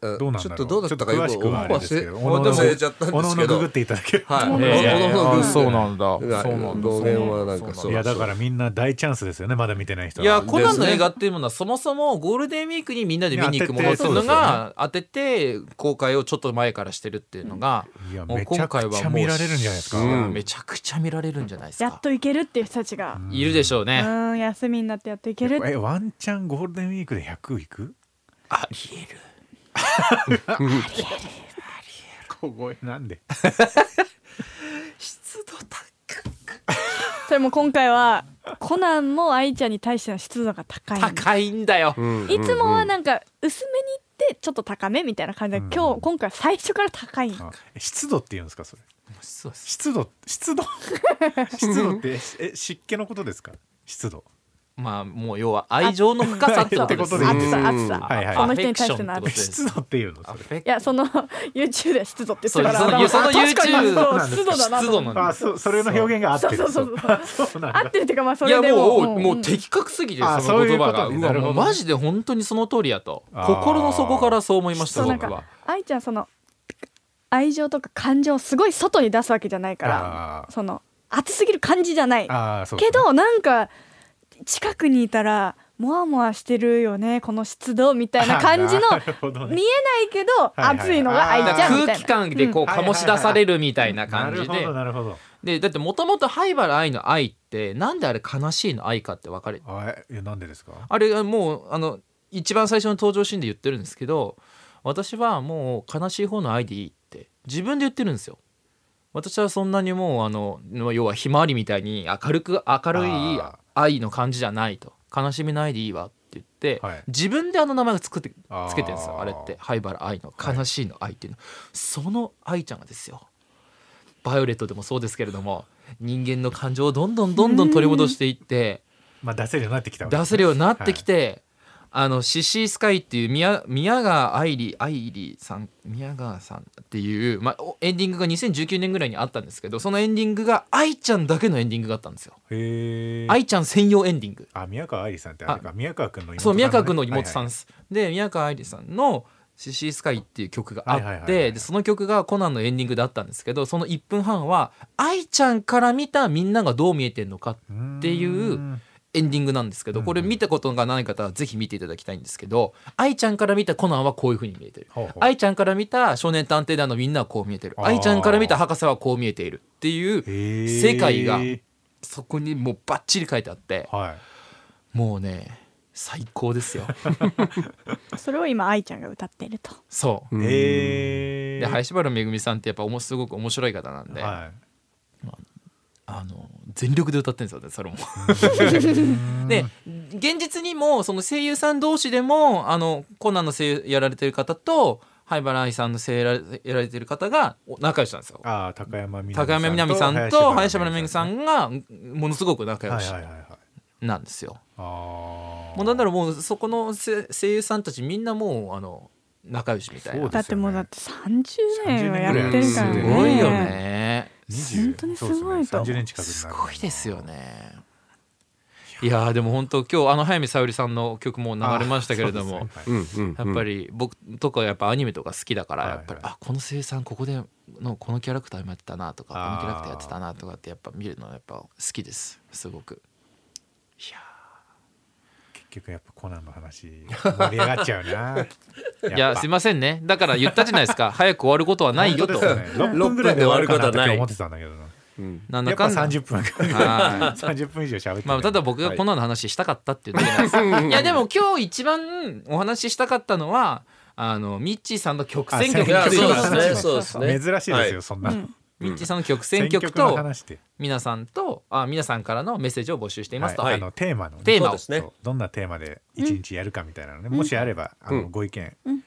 [SPEAKER 4] うん
[SPEAKER 1] どうなんだろう
[SPEAKER 4] ちょっとどうだったか
[SPEAKER 1] ちょ
[SPEAKER 4] よ
[SPEAKER 1] っと詳しく
[SPEAKER 4] く
[SPEAKER 1] はあれですけどおのおの
[SPEAKER 4] 忘れちゃったん
[SPEAKER 1] お
[SPEAKER 4] で
[SPEAKER 1] のお
[SPEAKER 4] す
[SPEAKER 1] の
[SPEAKER 4] け
[SPEAKER 1] グ
[SPEAKER 4] ど
[SPEAKER 1] グっていただける
[SPEAKER 4] は
[SPEAKER 3] い
[SPEAKER 4] い
[SPEAKER 3] やいや
[SPEAKER 4] おのおのググって
[SPEAKER 3] そうなんだ
[SPEAKER 4] が
[SPEAKER 3] そうなんだ
[SPEAKER 4] 動画はなんか
[SPEAKER 3] そ
[SPEAKER 4] そ う
[SPEAKER 1] い
[SPEAKER 3] な
[SPEAKER 1] や
[SPEAKER 3] ん
[SPEAKER 1] だからみんな大チャンスですよねまだ見てない人
[SPEAKER 3] い
[SPEAKER 1] は
[SPEAKER 3] やコナンの映画っていうものはそもそもゴールデンウィークにみんなで見に行くものっていうのが当てて公開をちょっと前からしてるっていうのが
[SPEAKER 1] いや
[SPEAKER 3] もう
[SPEAKER 1] めち
[SPEAKER 3] 今
[SPEAKER 1] ゃ
[SPEAKER 3] 回
[SPEAKER 1] く
[SPEAKER 3] は
[SPEAKER 1] ち
[SPEAKER 3] も
[SPEAKER 1] ゃ
[SPEAKER 3] う
[SPEAKER 1] 見られるんじゃないですか、
[SPEAKER 4] う
[SPEAKER 3] うん
[SPEAKER 4] ん
[SPEAKER 3] めちゃくちゃ見られるんじゃないです
[SPEAKER 2] やっ
[SPEAKER 3] か
[SPEAKER 2] と行けるっていう人たちが
[SPEAKER 3] いるでしょう
[SPEAKER 2] う
[SPEAKER 3] ね
[SPEAKER 2] ん休みになってやっと行ける
[SPEAKER 1] えワンチャンゴールデンウィークで100いく
[SPEAKER 3] ありえる
[SPEAKER 1] 小声なんで
[SPEAKER 3] 湿度高
[SPEAKER 2] それも今回はコナンも愛ちゃんに対しての湿度が高い
[SPEAKER 3] い高いんだよ
[SPEAKER 2] いつもはなんか薄めにいってちょっと高めみたいな感じで、
[SPEAKER 1] うん
[SPEAKER 2] 今日今回最初から高い
[SPEAKER 1] あ湿度って言うんですかそれ
[SPEAKER 3] そうです
[SPEAKER 1] 湿度湿度湿度ってえ湿気のことですか湿度
[SPEAKER 3] まあもう要は愛情の深さってことです
[SPEAKER 1] あってことで
[SPEAKER 2] 暑さ暑
[SPEAKER 1] うんはいは
[SPEAKER 2] さ
[SPEAKER 1] い
[SPEAKER 2] その人に対しての
[SPEAKER 3] アフェクションって
[SPEAKER 2] 暑さ
[SPEAKER 3] ことです
[SPEAKER 1] 湿度っていうのそ
[SPEAKER 3] アフ
[SPEAKER 1] れ
[SPEAKER 3] ェ
[SPEAKER 2] いやその YouTube で湿度って言ってたから
[SPEAKER 3] そう
[SPEAKER 2] 頭
[SPEAKER 3] その
[SPEAKER 2] 確かに
[SPEAKER 3] YouTube
[SPEAKER 2] そう
[SPEAKER 1] なんです
[SPEAKER 2] 湿度だなと思って
[SPEAKER 3] 湿度なん
[SPEAKER 1] あそそれの表現が合ってる
[SPEAKER 2] そうそうそう
[SPEAKER 1] そうそうなん
[SPEAKER 2] 合
[SPEAKER 1] だ
[SPEAKER 2] ってるっていうかまあそ
[SPEAKER 3] いや
[SPEAKER 2] れで
[SPEAKER 3] も
[SPEAKER 2] も
[SPEAKER 3] うもう
[SPEAKER 2] うん
[SPEAKER 3] 的確すぎて
[SPEAKER 1] あ
[SPEAKER 3] その言
[SPEAKER 1] そ
[SPEAKER 3] 葉が
[SPEAKER 1] ういうことね
[SPEAKER 3] う
[SPEAKER 1] な
[SPEAKER 3] わ
[SPEAKER 1] るほ
[SPEAKER 3] も
[SPEAKER 1] ど
[SPEAKER 3] うマジで本当にその通りやと
[SPEAKER 1] あー
[SPEAKER 3] 心の底からそう思いました
[SPEAKER 2] そうなん
[SPEAKER 3] 僕
[SPEAKER 2] か
[SPEAKER 3] は
[SPEAKER 2] 愛ちゃんその愛情とか感情をすごい外に出すわけじゃないから
[SPEAKER 1] あー
[SPEAKER 2] その熱すぎる感じじゃない
[SPEAKER 1] あーそうです
[SPEAKER 2] け
[SPEAKER 1] ね
[SPEAKER 2] どなんか近くにいたらモワモワしてるよねこの湿度みたいな感じ の
[SPEAKER 1] なるほどね
[SPEAKER 2] 見えないけど
[SPEAKER 1] いはい
[SPEAKER 2] 熱いのが愛
[SPEAKER 1] あー
[SPEAKER 2] ちゃんみたいな
[SPEAKER 3] 空気感でこう
[SPEAKER 1] うんはい
[SPEAKER 3] 醸し出されるみたいな感じ
[SPEAKER 1] なる
[SPEAKER 3] で
[SPEAKER 1] ほどなるほど
[SPEAKER 3] でだってもともと灰原愛の愛ってなんであれ悲しいの愛かって分かれ
[SPEAKER 1] あえいやなんでですか
[SPEAKER 3] あれもうあの一番最初の登場シーンで言ってるんですけど私はもう悲しい方の愛でいいって自分で言ってるんですよ。私はそんなにもうあの要はひまわりみたいに明るく明るい
[SPEAKER 1] あ
[SPEAKER 3] 愛の感じじゃないと悲しみの愛でいいわって言って、
[SPEAKER 1] はい
[SPEAKER 3] 自分であの名前を作って
[SPEAKER 1] あー
[SPEAKER 3] つけてるんですよあれって灰原愛の悲しいの愛っていうの、その愛ちゃんがですよバイオレットでもそうですけれども人間の感情をどんどんどんどん取り戻していって。
[SPEAKER 1] まあ出せるようになってきたわけ
[SPEAKER 3] 出せるようになってきて、あのシシースカイっていう宮宮川愛理愛理さん宮川さんっていう、まあ、おエンディングが2019年ぐらいにあったんですけどそのエンディングが愛ちゃんだけのエンディングがあったんですよ
[SPEAKER 1] はいへえ
[SPEAKER 3] 愛ちゃん専用エンディング
[SPEAKER 1] あ宮川愛理さんってあれか宮川君の妹さんね
[SPEAKER 3] そう宮川君の妹さん
[SPEAKER 1] はい
[SPEAKER 3] です、で宮川愛理さんの「シシースカイ」っていう曲があって、
[SPEAKER 1] はいはいはいはい
[SPEAKER 3] でその曲がコナンのエンディングだったんですけどその1分半は愛ちゃんから見たみんながどう見えてんのか
[SPEAKER 1] はい
[SPEAKER 3] っていう
[SPEAKER 1] ーん
[SPEAKER 3] エンディングなんですけど、これ見たことがない方はぜひ見ていただきたいんですけど愛ちゃんから見たコナンはこういうふうに見えてる
[SPEAKER 1] ほうほう
[SPEAKER 3] 愛ちゃんから見た少年探偵団のみんなはこう見えてる
[SPEAKER 1] あー
[SPEAKER 3] 愛ちゃんから見た博士はこう見えているって
[SPEAKER 1] へ
[SPEAKER 3] いう
[SPEAKER 1] ー
[SPEAKER 3] 世界がそこにもうバッチリ書いてあって
[SPEAKER 1] はい
[SPEAKER 3] もうね最高で すよ
[SPEAKER 2] それを今愛ちゃんが歌ってると
[SPEAKER 3] そう
[SPEAKER 4] うん
[SPEAKER 1] へえ
[SPEAKER 3] で林原めぐみさんってやっぱおもすごく面白い方なんで、
[SPEAKER 1] は
[SPEAKER 3] あの全力で歌ってるんですよねそれも。で現実にもその声優さん同士でもあのコナンの声優やられてる方と灰原愛さんの声優やらやられてる方がお仲良しなんですよ
[SPEAKER 1] い。ああ高山みなみさん
[SPEAKER 3] 高山みなみさんと林原めぐみさんがものすごく仲
[SPEAKER 1] はい
[SPEAKER 3] 良
[SPEAKER 1] はいは
[SPEAKER 3] し
[SPEAKER 1] いはい
[SPEAKER 3] なんですよ。
[SPEAKER 1] ああ
[SPEAKER 3] もうなんだろうもうそこのせ声優さんたちみんなもうあの仲良しみたい
[SPEAKER 1] そ
[SPEAKER 3] な
[SPEAKER 1] う。で
[SPEAKER 2] だっ
[SPEAKER 1] す
[SPEAKER 2] て
[SPEAKER 1] よね
[SPEAKER 2] もうだって30年はやってるから
[SPEAKER 4] 30
[SPEAKER 2] ね
[SPEAKER 3] す
[SPEAKER 4] 年
[SPEAKER 3] ごいよね。
[SPEAKER 1] 20
[SPEAKER 2] 本当にすごいと
[SPEAKER 1] そう
[SPEAKER 2] 思う
[SPEAKER 1] ですね30年近くに
[SPEAKER 3] す
[SPEAKER 1] なる
[SPEAKER 3] ごいですよね。いやーでも本当今日あの早見沙織さんの曲も流れましたけれども、
[SPEAKER 1] あーそううん
[SPEAKER 4] うん
[SPEAKER 3] やっぱり僕とかやっぱアニメとか好きだから
[SPEAKER 1] はい
[SPEAKER 3] や
[SPEAKER 1] はい
[SPEAKER 3] っぱり、あこの声優さんここでのこのキャラクターもやってたなとかこのキャラクターやってたなとかってやっぱ見るのはやっぱ好きですすごく。いや
[SPEAKER 1] 結局やっぱコナンの話盛り上がっち ゃうな
[SPEAKER 3] ーいやすい
[SPEAKER 1] ま
[SPEAKER 3] ませんねだから言ったじゃないですか早く終わることはないよと。
[SPEAKER 1] 6分ぐらいで終わるかなって今日思ってたんだけどな
[SPEAKER 4] うん
[SPEAKER 3] なん
[SPEAKER 1] や
[SPEAKER 3] だ
[SPEAKER 1] っぱ
[SPEAKER 3] かんだ。
[SPEAKER 1] 30分
[SPEAKER 3] はい
[SPEAKER 1] 30分以上喋ってる
[SPEAKER 3] まあ、ただ僕がこんなの話したかったっていうだけなんです、い、やでも今日一番お話ししたかったのはあのミッチーさんの曲選曲
[SPEAKER 4] いや
[SPEAKER 3] について
[SPEAKER 4] そうで
[SPEAKER 3] 話
[SPEAKER 4] すねそうですね
[SPEAKER 1] 珍しいですよそんな
[SPEAKER 2] うん
[SPEAKER 3] ミッチーさんの曲選曲
[SPEAKER 1] の
[SPEAKER 3] と
[SPEAKER 1] 話って
[SPEAKER 3] 皆さんとあ皆さんからのメッセージを募集していますと、
[SPEAKER 1] はいあのテーマのね
[SPEAKER 3] テーマ
[SPEAKER 4] そうですね
[SPEAKER 1] そうどんなテーマで一日やるかみたいなのねもしあればあ
[SPEAKER 4] う
[SPEAKER 1] の
[SPEAKER 4] ん
[SPEAKER 1] ご意見
[SPEAKER 2] うん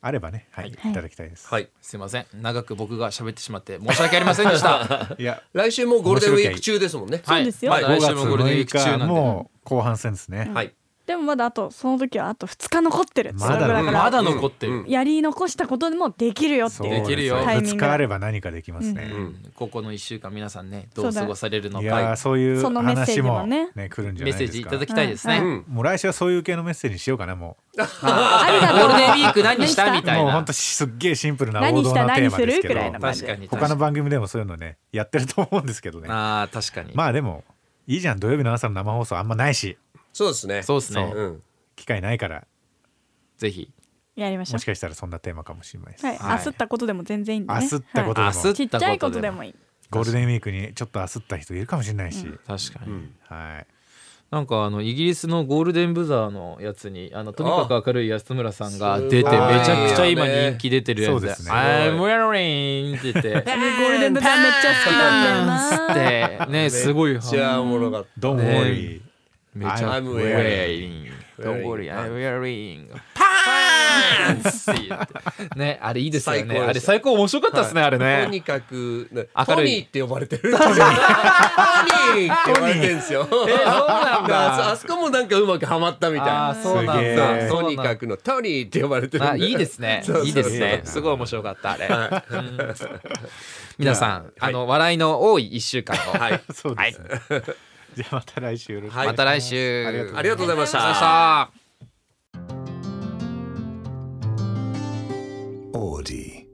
[SPEAKER 1] あればねはいい
[SPEAKER 2] はい
[SPEAKER 1] ただきたいです
[SPEAKER 4] はい
[SPEAKER 3] すいません長く僕が喋ってしまって申し訳ありませんでした
[SPEAKER 1] いや
[SPEAKER 4] 来週もゴールデンウィーク中ですもんね
[SPEAKER 2] そうですよ
[SPEAKER 3] はい、
[SPEAKER 1] 5
[SPEAKER 3] 来
[SPEAKER 1] 月
[SPEAKER 3] 週もゴールデンウィーク中
[SPEAKER 1] 6日
[SPEAKER 3] なんで
[SPEAKER 1] もう後半戦ですね
[SPEAKER 4] はい
[SPEAKER 2] でもまだあとその時はあと2日残ってる
[SPEAKER 1] まだ
[SPEAKER 2] それぐらいから
[SPEAKER 3] まだ残ってる、
[SPEAKER 4] うん
[SPEAKER 2] やり残したことでもできるよって
[SPEAKER 1] そう
[SPEAKER 2] い
[SPEAKER 1] です
[SPEAKER 2] う
[SPEAKER 3] できるよ
[SPEAKER 2] タイミング
[SPEAKER 1] 2日あれば何かできますね
[SPEAKER 4] う
[SPEAKER 3] うんんここの1週間皆さんねどう過ごされるの
[SPEAKER 1] い
[SPEAKER 3] か
[SPEAKER 1] やーそういう
[SPEAKER 2] そのメッセージ
[SPEAKER 1] 話
[SPEAKER 2] も
[SPEAKER 1] も
[SPEAKER 2] ね
[SPEAKER 1] ね来るんじゃ
[SPEAKER 3] メッ
[SPEAKER 1] ないで
[SPEAKER 3] セージ
[SPEAKER 1] す
[SPEAKER 3] い
[SPEAKER 1] か
[SPEAKER 3] ただきたいですね、
[SPEAKER 2] うん
[SPEAKER 1] もう来週はそういう系のメッセージにしようかなもう
[SPEAKER 2] ありがと
[SPEAKER 3] ゴー
[SPEAKER 2] う
[SPEAKER 3] ルデンウィーク何したみたい
[SPEAKER 1] もう
[SPEAKER 3] な
[SPEAKER 1] ほんとすっげえシンプルな王
[SPEAKER 2] 何し
[SPEAKER 1] 道
[SPEAKER 2] た
[SPEAKER 1] なテ
[SPEAKER 2] 何
[SPEAKER 1] ーマ
[SPEAKER 2] す
[SPEAKER 1] です
[SPEAKER 2] る
[SPEAKER 1] けど
[SPEAKER 2] くらいの感じ
[SPEAKER 3] 確かに
[SPEAKER 1] 他の番組でもそういうのねやってると思うんですけどね
[SPEAKER 3] あー確かに、
[SPEAKER 1] まあでもいいじゃん土曜日の朝の生放送あんまないし
[SPEAKER 4] そうですね
[SPEAKER 3] そうですね
[SPEAKER 4] うん
[SPEAKER 1] 機会ないから
[SPEAKER 3] ぜひ
[SPEAKER 2] やりましょ
[SPEAKER 1] もしかしたらそんなテーマかもしれないです、
[SPEAKER 2] う
[SPEAKER 3] は
[SPEAKER 2] はいい焦ったことでも全然いいんでね
[SPEAKER 1] 焦ったことでも、
[SPEAKER 2] は
[SPEAKER 3] あす
[SPEAKER 2] いちっちゃいことでもいい
[SPEAKER 1] ゴールデンウィークにちょっと焦った人いるかもしれないし、
[SPEAKER 3] 確かに、
[SPEAKER 1] はい
[SPEAKER 3] なんかあのイギリスのゴールデンブザーのやつにあのとにかく明るい安村さんが出てめち
[SPEAKER 4] すごい
[SPEAKER 3] ゃくちゃ今人気出てるやつ
[SPEAKER 1] そう
[SPEAKER 3] で
[SPEAKER 1] で
[SPEAKER 3] 「
[SPEAKER 1] すね
[SPEAKER 3] I'm wearing」って言って 「
[SPEAKER 2] ゴールデンブザーめっちゃ好きなんだよな
[SPEAKER 3] ってねすごい
[SPEAKER 4] じゃあおもろかっ
[SPEAKER 1] どうも、
[SPEAKER 3] ね
[SPEAKER 1] worry
[SPEAKER 3] めちゃ
[SPEAKER 4] I'm
[SPEAKER 3] wearing Don't worry I'm wearing パーンツって言ってねあれいいですよ
[SPEAKER 4] 最高で
[SPEAKER 3] ね
[SPEAKER 4] した
[SPEAKER 3] あれ最高面白かったですねあれ
[SPEAKER 4] たと
[SPEAKER 3] ね
[SPEAKER 4] にかくね
[SPEAKER 3] 明
[SPEAKER 4] ト
[SPEAKER 3] るい
[SPEAKER 4] ニーって呼ばれてるトニーって呼ばれてるんですよ
[SPEAKER 3] えそうなん
[SPEAKER 4] あ あ
[SPEAKER 3] だ
[SPEAKER 4] そこもなんかうまくはまったみたい
[SPEAKER 3] あ
[SPEAKER 4] な
[SPEAKER 3] そうなん
[SPEAKER 1] すげ
[SPEAKER 3] だ
[SPEAKER 1] え
[SPEAKER 4] とにかくのトニーって呼ばれてるん
[SPEAKER 3] あいいですね
[SPEAKER 4] そうそうそう
[SPEAKER 3] いいですねすごい面白かったあれうん皆さんあの笑いの多い一週間をはい
[SPEAKER 1] そうですね、 じゃあまた来週よろしくお願いし
[SPEAKER 3] ま
[SPEAKER 1] す
[SPEAKER 3] た来週
[SPEAKER 1] ありがとうございます
[SPEAKER 4] ありがとう
[SPEAKER 3] ありがとうござ
[SPEAKER 4] ございまし
[SPEAKER 3] いましたた
[SPEAKER 5] オーディ